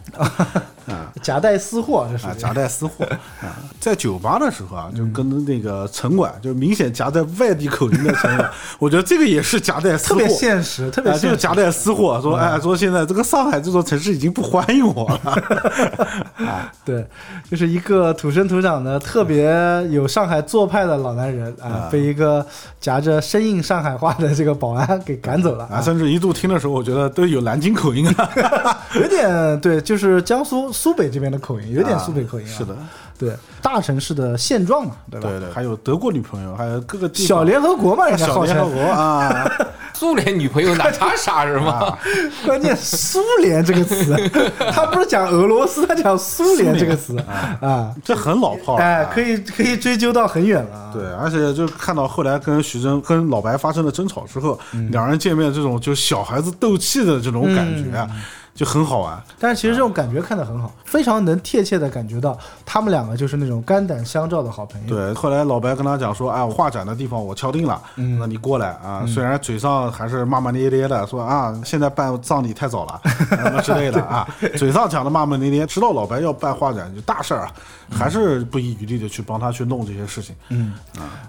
S3: 夹带私货，这是
S4: 啊，夹带私货啊，在酒吧的时候啊，就
S3: 嗯
S4: 跟那个城管，就明显夹带外地口音的城管， 我觉得这个也是夹带私
S3: 特
S4: 货，
S3: 别现实，特别
S4: 啊，
S3: 现实。
S4: 就
S3: 嗯
S4: 夹带私货，说哎，说现在这个上海这座城市已经不欢迎我了，
S3: 对，就是一个土生土长的、特别有上海做派的老男人啊，被一个夹着生硬上海话的这个保安给赶走了
S4: 啊，甚至一度听的时候，我觉得都有南京口音啊了，
S3: 啊有点对，就是江苏苏北这边的口音，有点苏北口音、
S4: 啊
S3: 啊
S4: 是的，，
S3: 对，大城市的现状嘛，对吧？
S4: 对对，还有德国女朋友，还有各个地方
S3: 小联合国嘛，人家
S4: 小
S3: 号
S4: 联合
S3: 称，
S4: 国啊，
S2: 苏联女朋友哪查啥人 嘛？
S3: 关键苏联这个词， 他不是讲俄罗斯，他讲苏联这个词啊，
S4: 这很老炮了
S3: 哎，
S4: 啊
S3: 可以可以追究到很远了啊。
S4: 对，而且就看到后来跟徐峥跟老白发生了争吵之后，
S3: 嗯
S4: 两人见面这种就小孩子斗气的这种感觉
S3: 嗯
S4: 啊，就很好玩。
S3: 但是其实这种感觉看得很好，非常能贴切的感觉到他们两个就是那种肝胆相照的好朋友。
S4: 对，后来老白跟他讲说，哎，我画展的地方我敲定了，那你过来啊。虽然嘴上还是骂骂咧咧的，说啊，现在办葬礼太早了，什么之类的啊，嘴上讲的骂骂咧咧，知道老白要办画展就大事儿啊，还是不遗余力的去帮他去弄这些事情。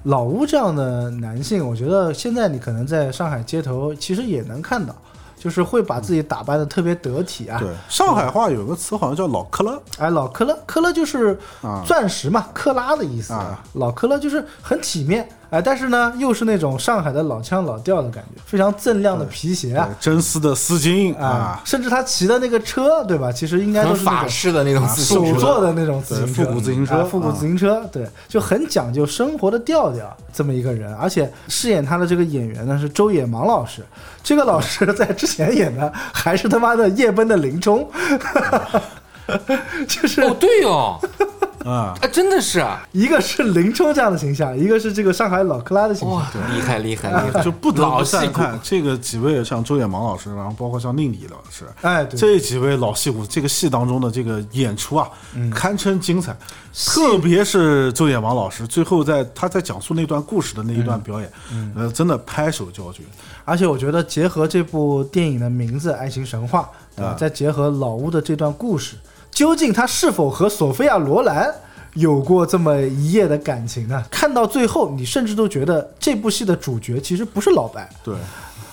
S3: 老吴这样的男性，我觉得现在你可能在上海街头其实也能看到，就是会把自己打扮的特别得体啊。
S4: 对，上海话有个词好像叫老克勒，
S3: 哎，老克勒，克勒就是
S4: 啊
S3: 钻石嘛，克拉的意思。
S4: 啊
S3: 老克勒就是很体面，哎，但是呢，又是那种上海的老腔老调的感觉，非常锃亮的皮鞋啊
S4: 对，真丝的丝巾
S3: 啊
S4: 啊，，
S3: 甚至他骑的那个车，对吧？其实应该都
S2: 很
S3: 是那
S2: 法
S3: 种
S2: 式的那种自
S3: 啊手
S2: 行车，
S3: 做的那种自行车，
S4: 对复古自行车
S3: 啊复古自行车，对，就很讲究生活的调调，这么一个人，而且饰演他的这个演员呢是周野芒老师，这个老师在之前演的还是他妈的夜奔的林冲，
S4: 嗯
S3: 就是
S2: 哦，对哦，
S4: 啊，
S2: 啊，真的是啊，
S3: 一个是林冲这样的形象，一个是这个上海老克拉的形象
S2: 哇，，厉害厉害厉害，
S4: 啊就不得
S2: 老
S4: 不
S2: 戏
S4: 赞
S2: 骨
S4: 叹这个几位，像周野芒老师，然后包括像宁理老师，
S3: 哎，对，
S4: 这几位老戏骨，这个戏当中的这个演出啊，堪称精彩。特别是周野芒老师，最后在他在讲述那段故事的那一段表演，呃，真的拍手叫绝。
S3: 而且我觉得结合这部电影的名字《爱情神话》，对吧？
S4: 啊
S3: 再结合老屋的这段故事，究竟他是否和索菲亚·罗兰有过这么一夜的感情呢？看到最后，你甚至都觉得这部戏的主角其实不是老白，
S4: 对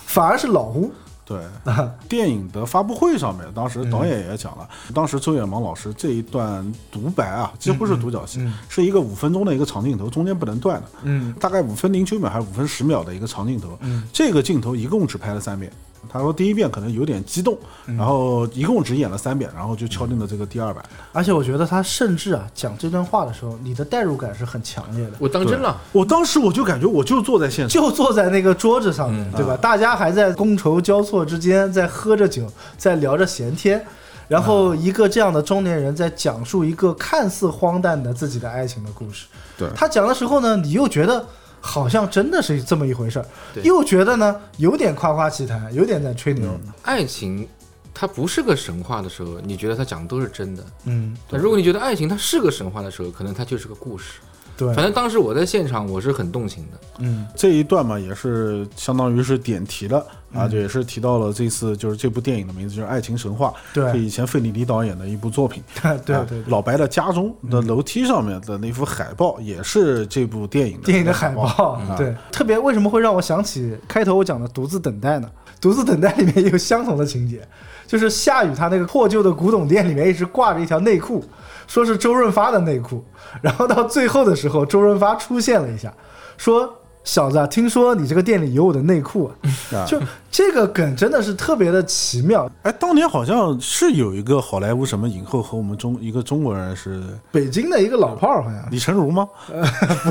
S3: 反而是老屋。
S4: 对， 电影的发布会上面，当时导演也讲了，当时周野芒老师这一段独白啊，几乎是独角戏，是一个五分钟的一个长镜头，中间不能断的，
S3: 嗯，
S4: 大概五分零九秒还是五分十秒的一个长镜头。这个镜头一共只拍了三遍。他说第一遍可能有点激动，然后一共只演了三遍，然后就敲定了这个第二版。
S3: 而且我觉得他甚至啊讲这段话的时候，你的代入感是很强烈的。
S2: 我当真了。
S4: 我当时我就感觉我就坐 在现场，
S3: 就坐在那个桌子上
S2: 嗯
S3: 面，
S2: 啊
S3: 对吧？大家还在觥筹交错之间，在喝着酒，在聊着闲天，然
S2: 嗯
S3: 后一个这样的中年人在讲述一个看似荒诞的自己的爱情的故事。
S4: 对
S3: 他讲的时候呢，你又觉得好像真的是这么一回事儿，又觉得呢有点夸夸其谈，有点在吹牛。
S2: 爱情它不是个神话的时候，你觉得它讲的都是真的；
S3: 嗯，
S2: 但如果你觉得爱情它是个神话的时候，可能它就是个故事。
S4: 嗯
S3: 对，
S2: 反正当时我在现场，我是很动情的。
S3: 嗯
S4: 这一段嘛，也是相当于是点题了
S3: 嗯
S4: 啊，就也是提到了这次就是这部电影的名字就是《爱情神话》，
S3: 对
S4: 是以前费里尼导演的一部作品。
S3: 对对
S4: 啊
S3: 对对，
S4: 老白的家中的楼梯上面的那幅海报也是这部电影的
S3: 电影的海
S4: 报。
S3: 报，嗯对，特别为什么会让我想起开头我讲的《独自等待》呢？《独自等待》里面也有相同的情节，就是夏雨他那个破旧的古董店里面一直挂着一条内裤，说是周润发的内裤，然后到最后的时候，周润发出现了一下，说。小子、啊，听说你这个店里有我的内裤、 啊，
S4: 啊
S3: 就这个梗真的是特别的奇妙。
S4: 哎，当年好像是有一个好莱坞什么影后和我们中一个中国人是
S3: 北京的一个老炮儿好像
S4: 李成儒吗？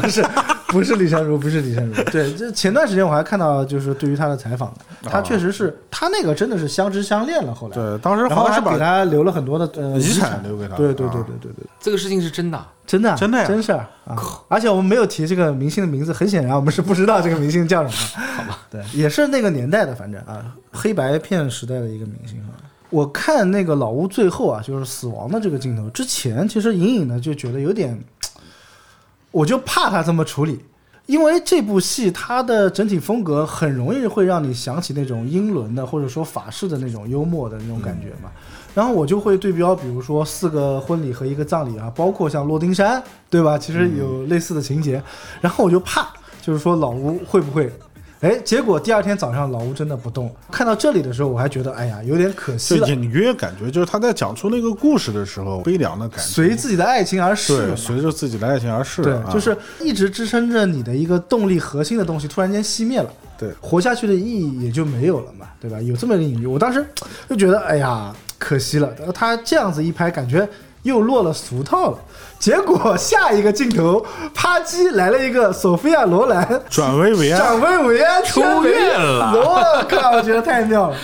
S3: 不是， 不是李成儒，不是李成儒。对，这前段时间我还看到，就是对于他的采访的，他确实是他那个真的是相知相恋了。后来，
S4: 啊对，当时
S3: 然后
S4: 好像
S3: 还
S4: 是
S3: 给
S4: 把
S3: 他留了很多的呃
S4: 遗产
S3: 产
S4: 留给他
S3: 对对对
S4: 啊
S3: 对对对，
S2: 这个事情是真的啊，
S3: 真的啊
S4: 真的呀
S3: 真是啊！啊而且我们没有提这个明星的名字，很显然我们是不知道这个明星叫什 么。好吧，对，也是那个年代的，反正啊，黑白片时代的一个明星啊。我看那个老屋最后啊，就是死亡的这个镜头之前，其实隐隐的就觉得有点，我就怕他这么处理，因为这部戏它的整体风格很容易会让你想起那种英伦的或者说法式的那种幽默的那种感觉嘛。
S4: 嗯
S3: 然后我就会对标，比如说四个婚礼和一个葬礼啊，包括像《洛丁山》，对吧？其实有类似的情
S4: 嗯
S3: 节。然后我就怕，就是说老吴会不会？哎，结果第二天早上老吴真的不动了。看到这里的时候，我还觉得哎呀有点可惜
S4: 就
S3: 了，
S4: 隐约感觉就是他在讲出那个故事的时候悲凉的感觉，
S3: 随自己的爱情而逝
S4: 对，
S3: 嘛。
S4: 随着自己的爱情而逝
S3: 对
S4: 啊，
S3: 就是一直支撑着你的一个动力核心的东西，突然间熄灭了，
S4: 对
S3: 活下去的意义也就没有了嘛，对吧？有这么一个隐喻，我当时就觉得，哎呀，可惜了，他这样子一拍，感觉又落了俗套了。结果下一个镜头，啪叽来了一个索菲亚·罗兰
S4: 转危为安。
S3: 展威维安
S2: 出院了
S3: 我靠，我觉得太妙了，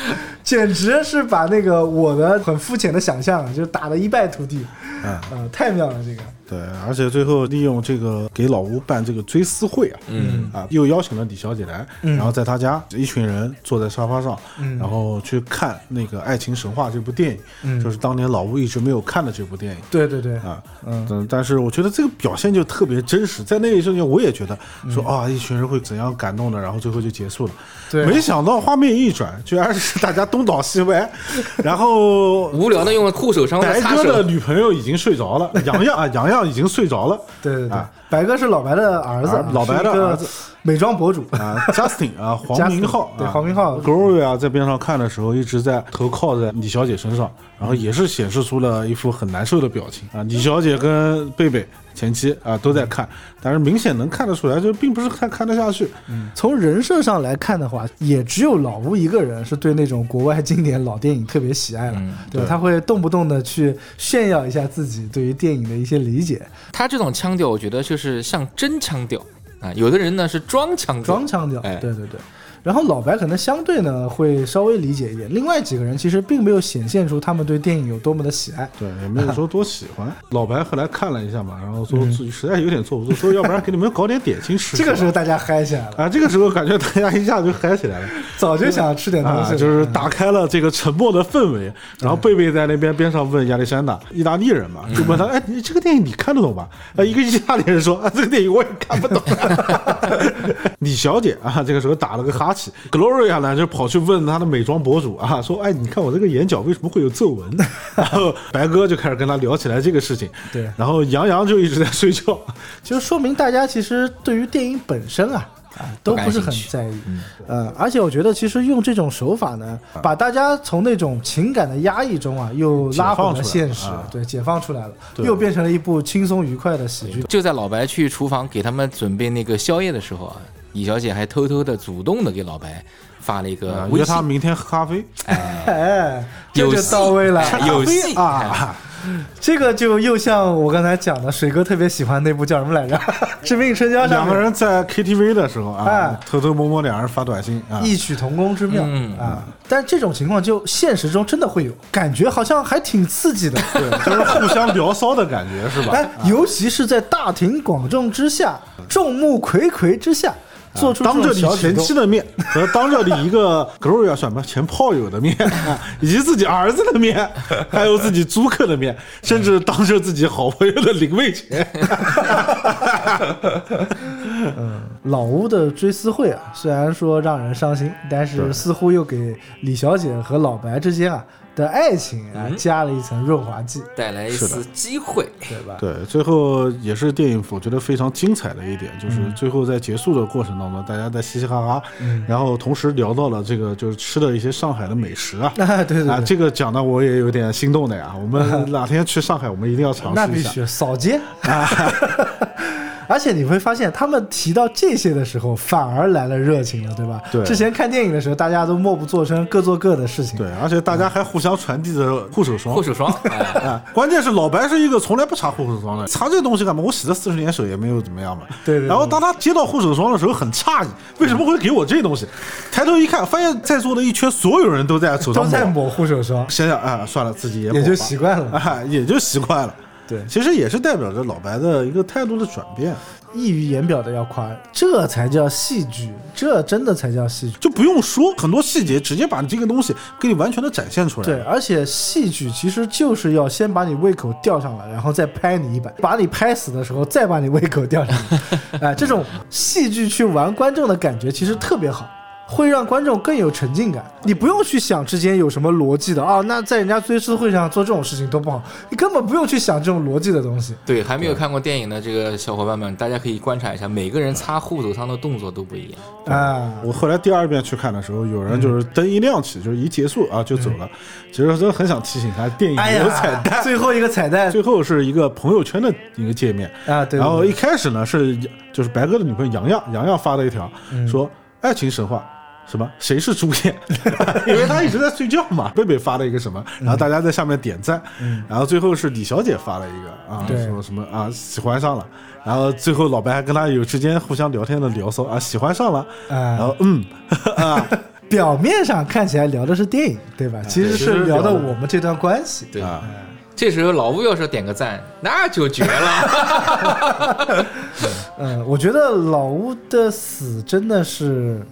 S3: 简直是把那个我的很肤浅的想象啊，就打得一败涂地，啊、太妙了这个。
S4: 对，而且最后利用这个给老吴办这个追思会啊，嗯啊，又邀请了李小姐来，然后在她家一群人坐在沙发上，然后去看那个《爱情神话》这部电影，就是当年老吴一直没有看的这部电影。
S3: 对对对，
S4: 啊，嗯，但是我觉得这个表现就特别真实，在那一瞬间我也觉得说啊，一群人会怎样感动的，然后最后就结束了。
S3: 对
S4: 没想到画面一转，居然是大家东倒西歪，然后
S2: 无聊的用了护手霜在
S4: 白
S2: 擦
S4: 哥
S2: 手。
S4: 的女朋友已经睡着了，洋洋啊，洋洋已经睡着了。
S3: 对对对
S4: 啊，
S3: 白哥是老白的儿子啊，
S4: 老白的
S3: 是一
S4: 儿
S3: 个
S4: 子
S3: 美妆博主。
S4: 啊，Justin 啊，黄明浩
S3: Justin，，对
S4: 啊
S3: 黄明浩
S4: ，Gloria 在边上看的时候，一直在头靠在李小姐身上，然后也是显示出了一副很难受的表情啊。李小姐跟贝贝前妻啊都在看，但是明显能看得出来，就并不是太看得下去。
S3: 从人设上来看的话，也只有老吴一个人是对那种国外经典老电影特别喜爱了，
S4: 嗯
S3: 对吧？他会动不动的去炫耀一下自己对于电影的一些理解，
S2: 他这种腔调，我觉得就是像真腔调啊。有的人呢是装腔调，
S3: 装腔调。
S2: 哎
S3: 对对对。然后老白可能相对呢会稍微理解一点，另外几个人其实并没有显现出他们对电影有多么的喜爱。
S4: 对，也没有说多喜 欢。老白后来看了一下嘛，然后说自己实在有点坐不住， 说要不然给你们搞点点心吃。
S3: 这个时候大家嗨起来了，
S4: 啊，这个时候感觉大家一下就嗨起来了。
S3: 早就想吃点东西
S4: 啊，
S3: 了，
S4: 就是打开了这个沉默的氛围。然后贝贝在那边边上问亚历山大，意大利人嘛，就问他，哎，你这个电影你看得懂吧？啊，一个意大利人说，啊，这个电影我也看不懂。 李小姐啊，这个时候打了个哈欠。Gloria 呢，就跑去问她的美妆博主啊，说，哎，你看我这个眼角为什么会有皱纹？ 然后白哥就开始跟他聊起来这个事情。
S3: 对
S4: 然后杨洋就一直在睡觉。
S3: 就说明大家其实对于电影本身啊。啊，都不是很在意，
S4: 嗯
S3: 呃，而且我觉得其实用这种手法呢，把大家从那种情感的压抑中啊，又拉回了现实
S4: 解放出来了
S3: 对，
S4: 啊，
S3: 解放出来了，又变成了一部轻松愉快的喜剧。
S2: 就在老白去厨房给他们准备那个宵夜的时候啊，李小姐还偷偷的主动的给老白发了一个
S4: 啊
S2: 呃微
S4: 约
S2: 信
S4: 他，明天喝咖啡，
S3: 哎，这
S2: 有
S3: 就
S2: 戏
S3: 到位了，
S2: 有戏
S3: 啊！这个就又像我刚才讲的，水哥特别喜欢那部叫什么 来着，《致命春娇》上
S4: 两
S3: 面
S4: 个人在 KTV 的时候啊
S3: 哎，
S4: 偷偷摸摸两人发短信啊，
S3: 异曲同工之妙、
S2: 嗯
S3: 啊！但这种情况就现实中真的会有，感觉好像还挺刺激的。
S4: 对，就是互相聊骚的感觉是吧？
S3: 哎，尤其是在大庭广众之下、众目睽睽之下，
S4: 啊
S3: 做出这
S4: 当着
S3: 种
S4: 你
S3: 小举
S4: 前
S3: 动
S4: 妻，的 面和当着你一个 Gloria 什么前炮友的面，啊以及自己儿子的面，还有自己租客的面，甚至当着自己好朋友的零位钱，
S3: 老屋的追思会啊，虽然说让人伤心，
S4: 嗯
S3: 但是似乎又给李小姐和老白之间啊的爱情啊
S4: 嗯
S3: 加了一层润滑剂，
S2: 带来一丝机会，
S3: 对吧？
S4: 对，最后也是电影我觉得非常精彩的一点，就是最后在结束的过程当中，大家在嘻嘻哈哈，然后同时聊到了这个就是吃的一些上海的美食啊。
S3: 啊，对对对，
S4: 啊，这个讲的我也有点心动的呀！我们哪天去上海，我们一定要尝
S3: 那
S4: 试一
S3: 必
S4: 下。啊
S3: 须扫街。 而且你会发现，他们提到这些的时候，反而来了热情了，对吧？
S4: 对
S3: 之前看电影的时候，大家都默不作声，各做各的事情。
S4: 对，而且大家还互相传递着护手霜。
S2: 护手霜， 哎
S4: 啊，关键是老白是一个从来不擦护手霜的，擦这东西干嘛？我洗了四十年手也没有怎么样嘛。
S3: 对对
S4: 然后当他接到护手霜的时候，很诧异，为什么会给我这东西？抬头一看，发现在座的一圈所有人都在手上
S3: 都在抹护手霜，
S4: 想想啊，算了，自己也抹
S3: 也
S4: 吧
S3: 就习惯了。
S4: 啊，也就习惯了。
S3: 对
S4: 其实也是代表着老白的一个态度的转变，
S3: 溢于言表的要夸，这才叫戏剧，这真的才叫戏剧。
S4: 就不用说很多细节，直接把这个东西给你完全的展现出来。
S3: 对，，而且戏剧其实就是要先把你胃口吊上来，然后再拍你一把，把你拍死的时候再把你胃口吊上来，哎、 这种戏剧去玩观众的感觉其实特别好。会让观众更有沉浸感，你不用去想之间有什么逻辑的啊、那在人家追思会上做这种事情多不好，你根本不用去想这种逻辑的东西。
S2: 对，还没有看过电影的这个小伙伴们，大家可以观察一下，每个人擦护手霜的动作都不一样。
S3: 啊，
S4: 我后来第二遍去看的时候，有人就是灯一亮起，就是一结束啊就走了。其实真的很想提醒他，电影
S3: 哎
S4: 有彩
S3: 呀
S4: 蛋，，
S3: 最后一个彩蛋
S4: 最后是一个朋友圈的一个界面。
S3: 啊，对，
S4: 然后
S3: 对
S4: 一开始呢是就是白哥的女朋友洋洋，洋洋发了一条、
S3: 嗯
S4: 说爱情神话。什么？谁是主演？ 因为他一直在睡觉嘛。贝贝发了一个什么，
S3: 嗯
S4: 然后大家在下面点赞，然后最后是李小姐发了一个啊，
S3: 对
S4: 说什么啊喜欢上了，然后最后老白还跟他有之间互相聊天的聊骚啊喜欢上了，
S3: 啊
S4: 然后嗯啊
S3: 表面上看起来聊的是电影，啊对吧？其实
S4: 其实
S3: 是聊的
S4: 聊的
S3: 我们这段关系。
S2: 对，
S4: 啊，
S2: 这时候老吴要是点个赞，那就绝了。
S3: 嗯，我觉得老吴的死真的是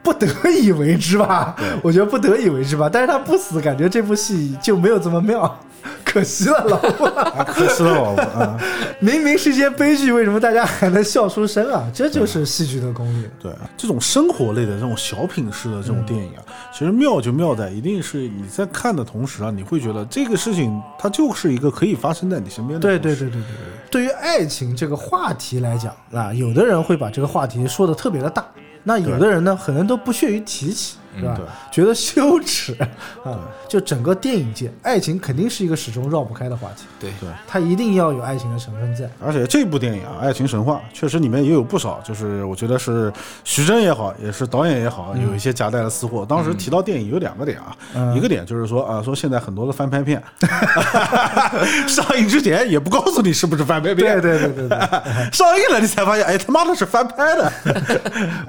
S3: 不得已为之吧， 我觉得不得已为之吧。但是他不死，感觉这部戏就没有这么妙， 可惜了老吴。
S4: 啊可惜了老婆啊。
S3: 明明是一件悲剧，为什么大家还能笑出声啊？这就是戏剧的功力。
S4: 对，这种生活类的这种小品式的这种电影
S3: 嗯
S4: 啊，其实妙就妙在一定是你在看的同时啊，你会觉得这个事情它就是一个可以发生在你身边的。
S3: 对对对对对对。对于爱情这个话题来讲，啊，有的人会把这个话题说的特别的大，那有的人呢，可能都不屑于提起，是吧？
S4: 嗯对
S3: 觉得羞耻 啊。就整个电影界，爱情肯定是一个始终绕不开的话题，
S2: 对，
S3: 它一定要有爱情的成分在。
S4: 而且这部电影啊，《爱情神话》确实里面也有不少，就是我觉得是徐峥也好，也是导演也好，有一
S3: 嗯
S4: 些夹带的私货。当时提到电影有两个点啊，一个点就是说啊，说现在很多的翻 拍片上映之前也不告诉你是不是翻拍片，
S3: 对对对对对，
S4: 上映了你才发现，哎他妈的是翻拍的。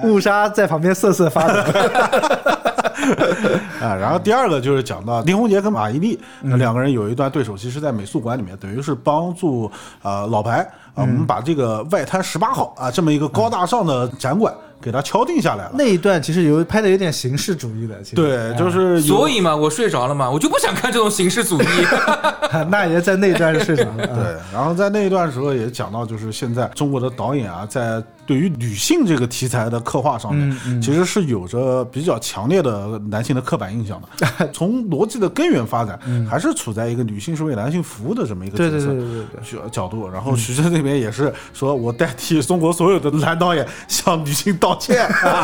S3: 误杀在旁边瑟瑟发抖。
S4: 啊，然后第二个就是讲到林宏杰跟马伊琍那两个人有一段对手戏是在美术馆里面，等于是帮助呃老白啊，我们把这个外滩十八号啊这么一个高大上的展馆给它敲定下来了。
S3: 那一段其实有拍的有点形式主义的，其实
S4: 对，就是有
S2: 所以嘛，我睡着了嘛，我就不想看这种形式主义。
S3: 那爷在那一段是睡着了。啊
S4: 对，然后在那一段时候也讲到，就是现在中国的导演啊，在对于女性这个题材的刻画上面，
S3: 嗯
S4: 其实是有着比较强烈的男性的刻板印象的。 从逻辑的根源发展，还是处在一个女性是为男性服务的这么一个
S3: 嗯对
S4: 角色
S3: 对对对嗯对
S4: 角角度。然后徐峥那边也是说，我代替中国所有的男导演向女性道歉。啊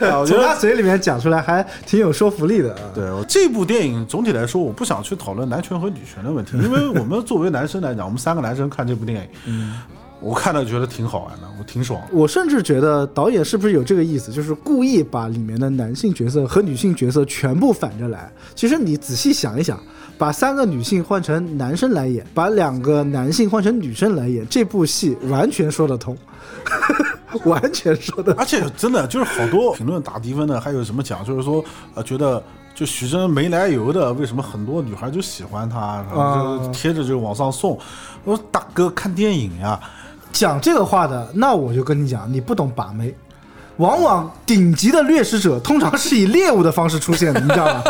S4: 啊我觉
S3: 从
S4: 得
S3: 他嘴里面讲出来还挺有说服力的啊。
S4: 对我这部电影总体来说，我不想去讨论男权和女权的问题，因为我们作为男生来讲，我们三个男生看这部电影，我看了觉得挺好玩的，我挺爽的。
S3: 我甚至觉得导演是不是有这个意思，就是故意把里面的男性角色和女性角色全部反着来。其实你仔细想一想，把三个女性换成男生来演，把两个男性换成女生来演，这部戏完全说得通， 完全说得通。
S4: 而且真的就是好多评论打低分的，还有什么讲，就是说呃，觉得就徐峥没来由的，为什么很多女孩就喜欢他，然后就贴着就往上送。我说大哥看电影呀、
S3: 讲这个话的，那我就跟你讲，你不懂把妹。往往顶级的掠食者通常是以猎物的方式出现的，你知道 吗？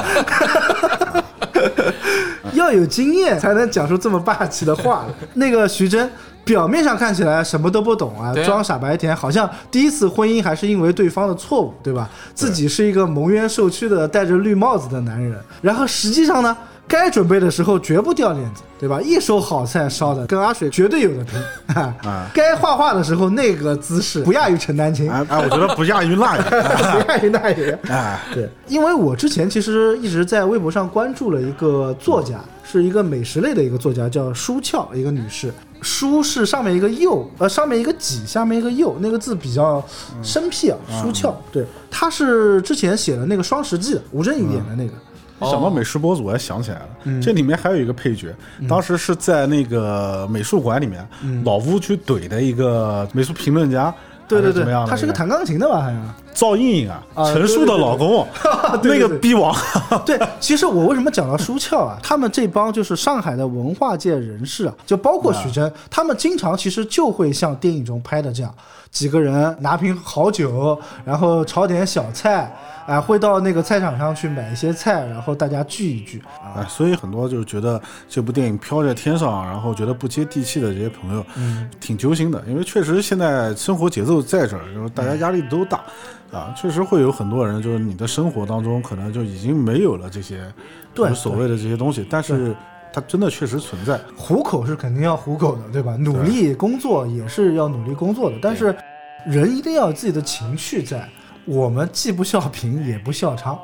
S3: 要有经验才能讲出这么霸气的话来。那个徐峥表面上看起来什么都不懂啊，
S2: 对啊
S3: 装傻白甜，好像第一次婚姻还是因为对方的错误，对吧？自己是一个蒙冤受屈的戴着绿帽子的男人，然后实际上呢，该准备的时候绝不掉链子，对吧？一手好菜烧的跟阿水绝对有的拼 啊！该画画的时候那个姿势不亚于陈丹青，
S4: 哎哎，我觉得不亚于那 也。
S3: 不亚于那也。
S4: 哎，
S3: 对，因为我之前其实一直在微博上关注了一个作家，是一个美食类的一个作家，叫舒翘，一个女士。舒是上面一个右，呃，上面一个几，下面一个右，那个字比较生僻啊。舒翘，
S4: 嗯
S3: 对，她是之前写的那个《双十记》，吴镇宇演的那
S4: 嗯
S3: 个。
S4: 想到美食博主，我还想起来了，
S3: 嗯
S4: 这里面还有一个配角，当时是在那个美术馆里面，老吴去怼的一个美术评论家，
S3: 嗯对对
S4: 还是怎
S3: 对
S4: 么样，的？
S3: 她是个弹钢琴的吧？好像。
S4: 赵莹莹啊，
S3: 啊
S4: 陈数的老公，
S3: 对对对
S4: 那个逼王，
S3: 对，其实我为什么讲到舒翘啊？他们这帮就是上海的文化界人士啊，就包括许峥，他们经常其实就会像电影中拍的这样，几个人拿瓶好酒，然后炒点小菜，啊、会到那个菜场上去买一些菜，然后大家聚一聚。
S4: 哎，所以很多就是觉得这部电影飘在天上，然后觉得不接地气的这些朋友，
S3: 嗯
S4: 挺揪心的，因为确实现在生活节奏在这儿，就是
S3: 嗯
S4: 大家压力都大，啊，确实会有很多人，就是你的生活当中可能就已经没有了这些，
S3: 对
S4: 就是所谓的这些东西，但是它真的确实存在，
S3: 糊口是肯定要糊口的，对吧？努力工作也是要努力工作的，但是人一定要有自己的情绪在。我们既不笑贫，也不笑娼，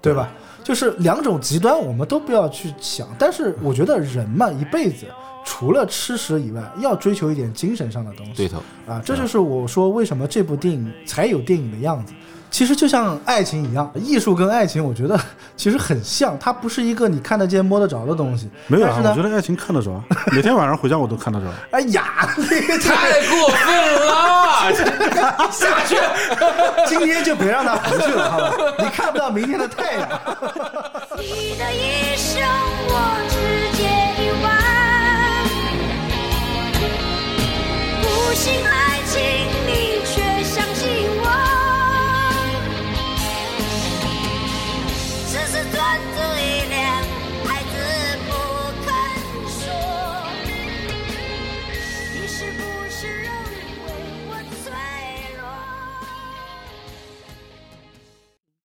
S3: 对吧？就是两种极端，我们都不要去想。但是我觉得人嘛，一辈子除了吃食以外，要追求一点精神上的东西。
S2: 对头，
S3: 啊，这就是我说为什么这部电影才有电影的样子。其实就像爱情一样，艺术跟爱情，我觉得其实很像，它不是一个你看得见摸得着的东西。
S4: 没有
S3: 但
S4: 啊，
S3: 是
S4: 我
S3: 呢
S4: 觉，得爱情看得着，啊每天晚上回家我都看得着，啊
S3: 哎呀， 那个
S2: 太过分了， 下去。
S3: 今天就别让他回去了，好吧？你看不到明天的太阳。
S6: 你的一生我只借一晚，不信爱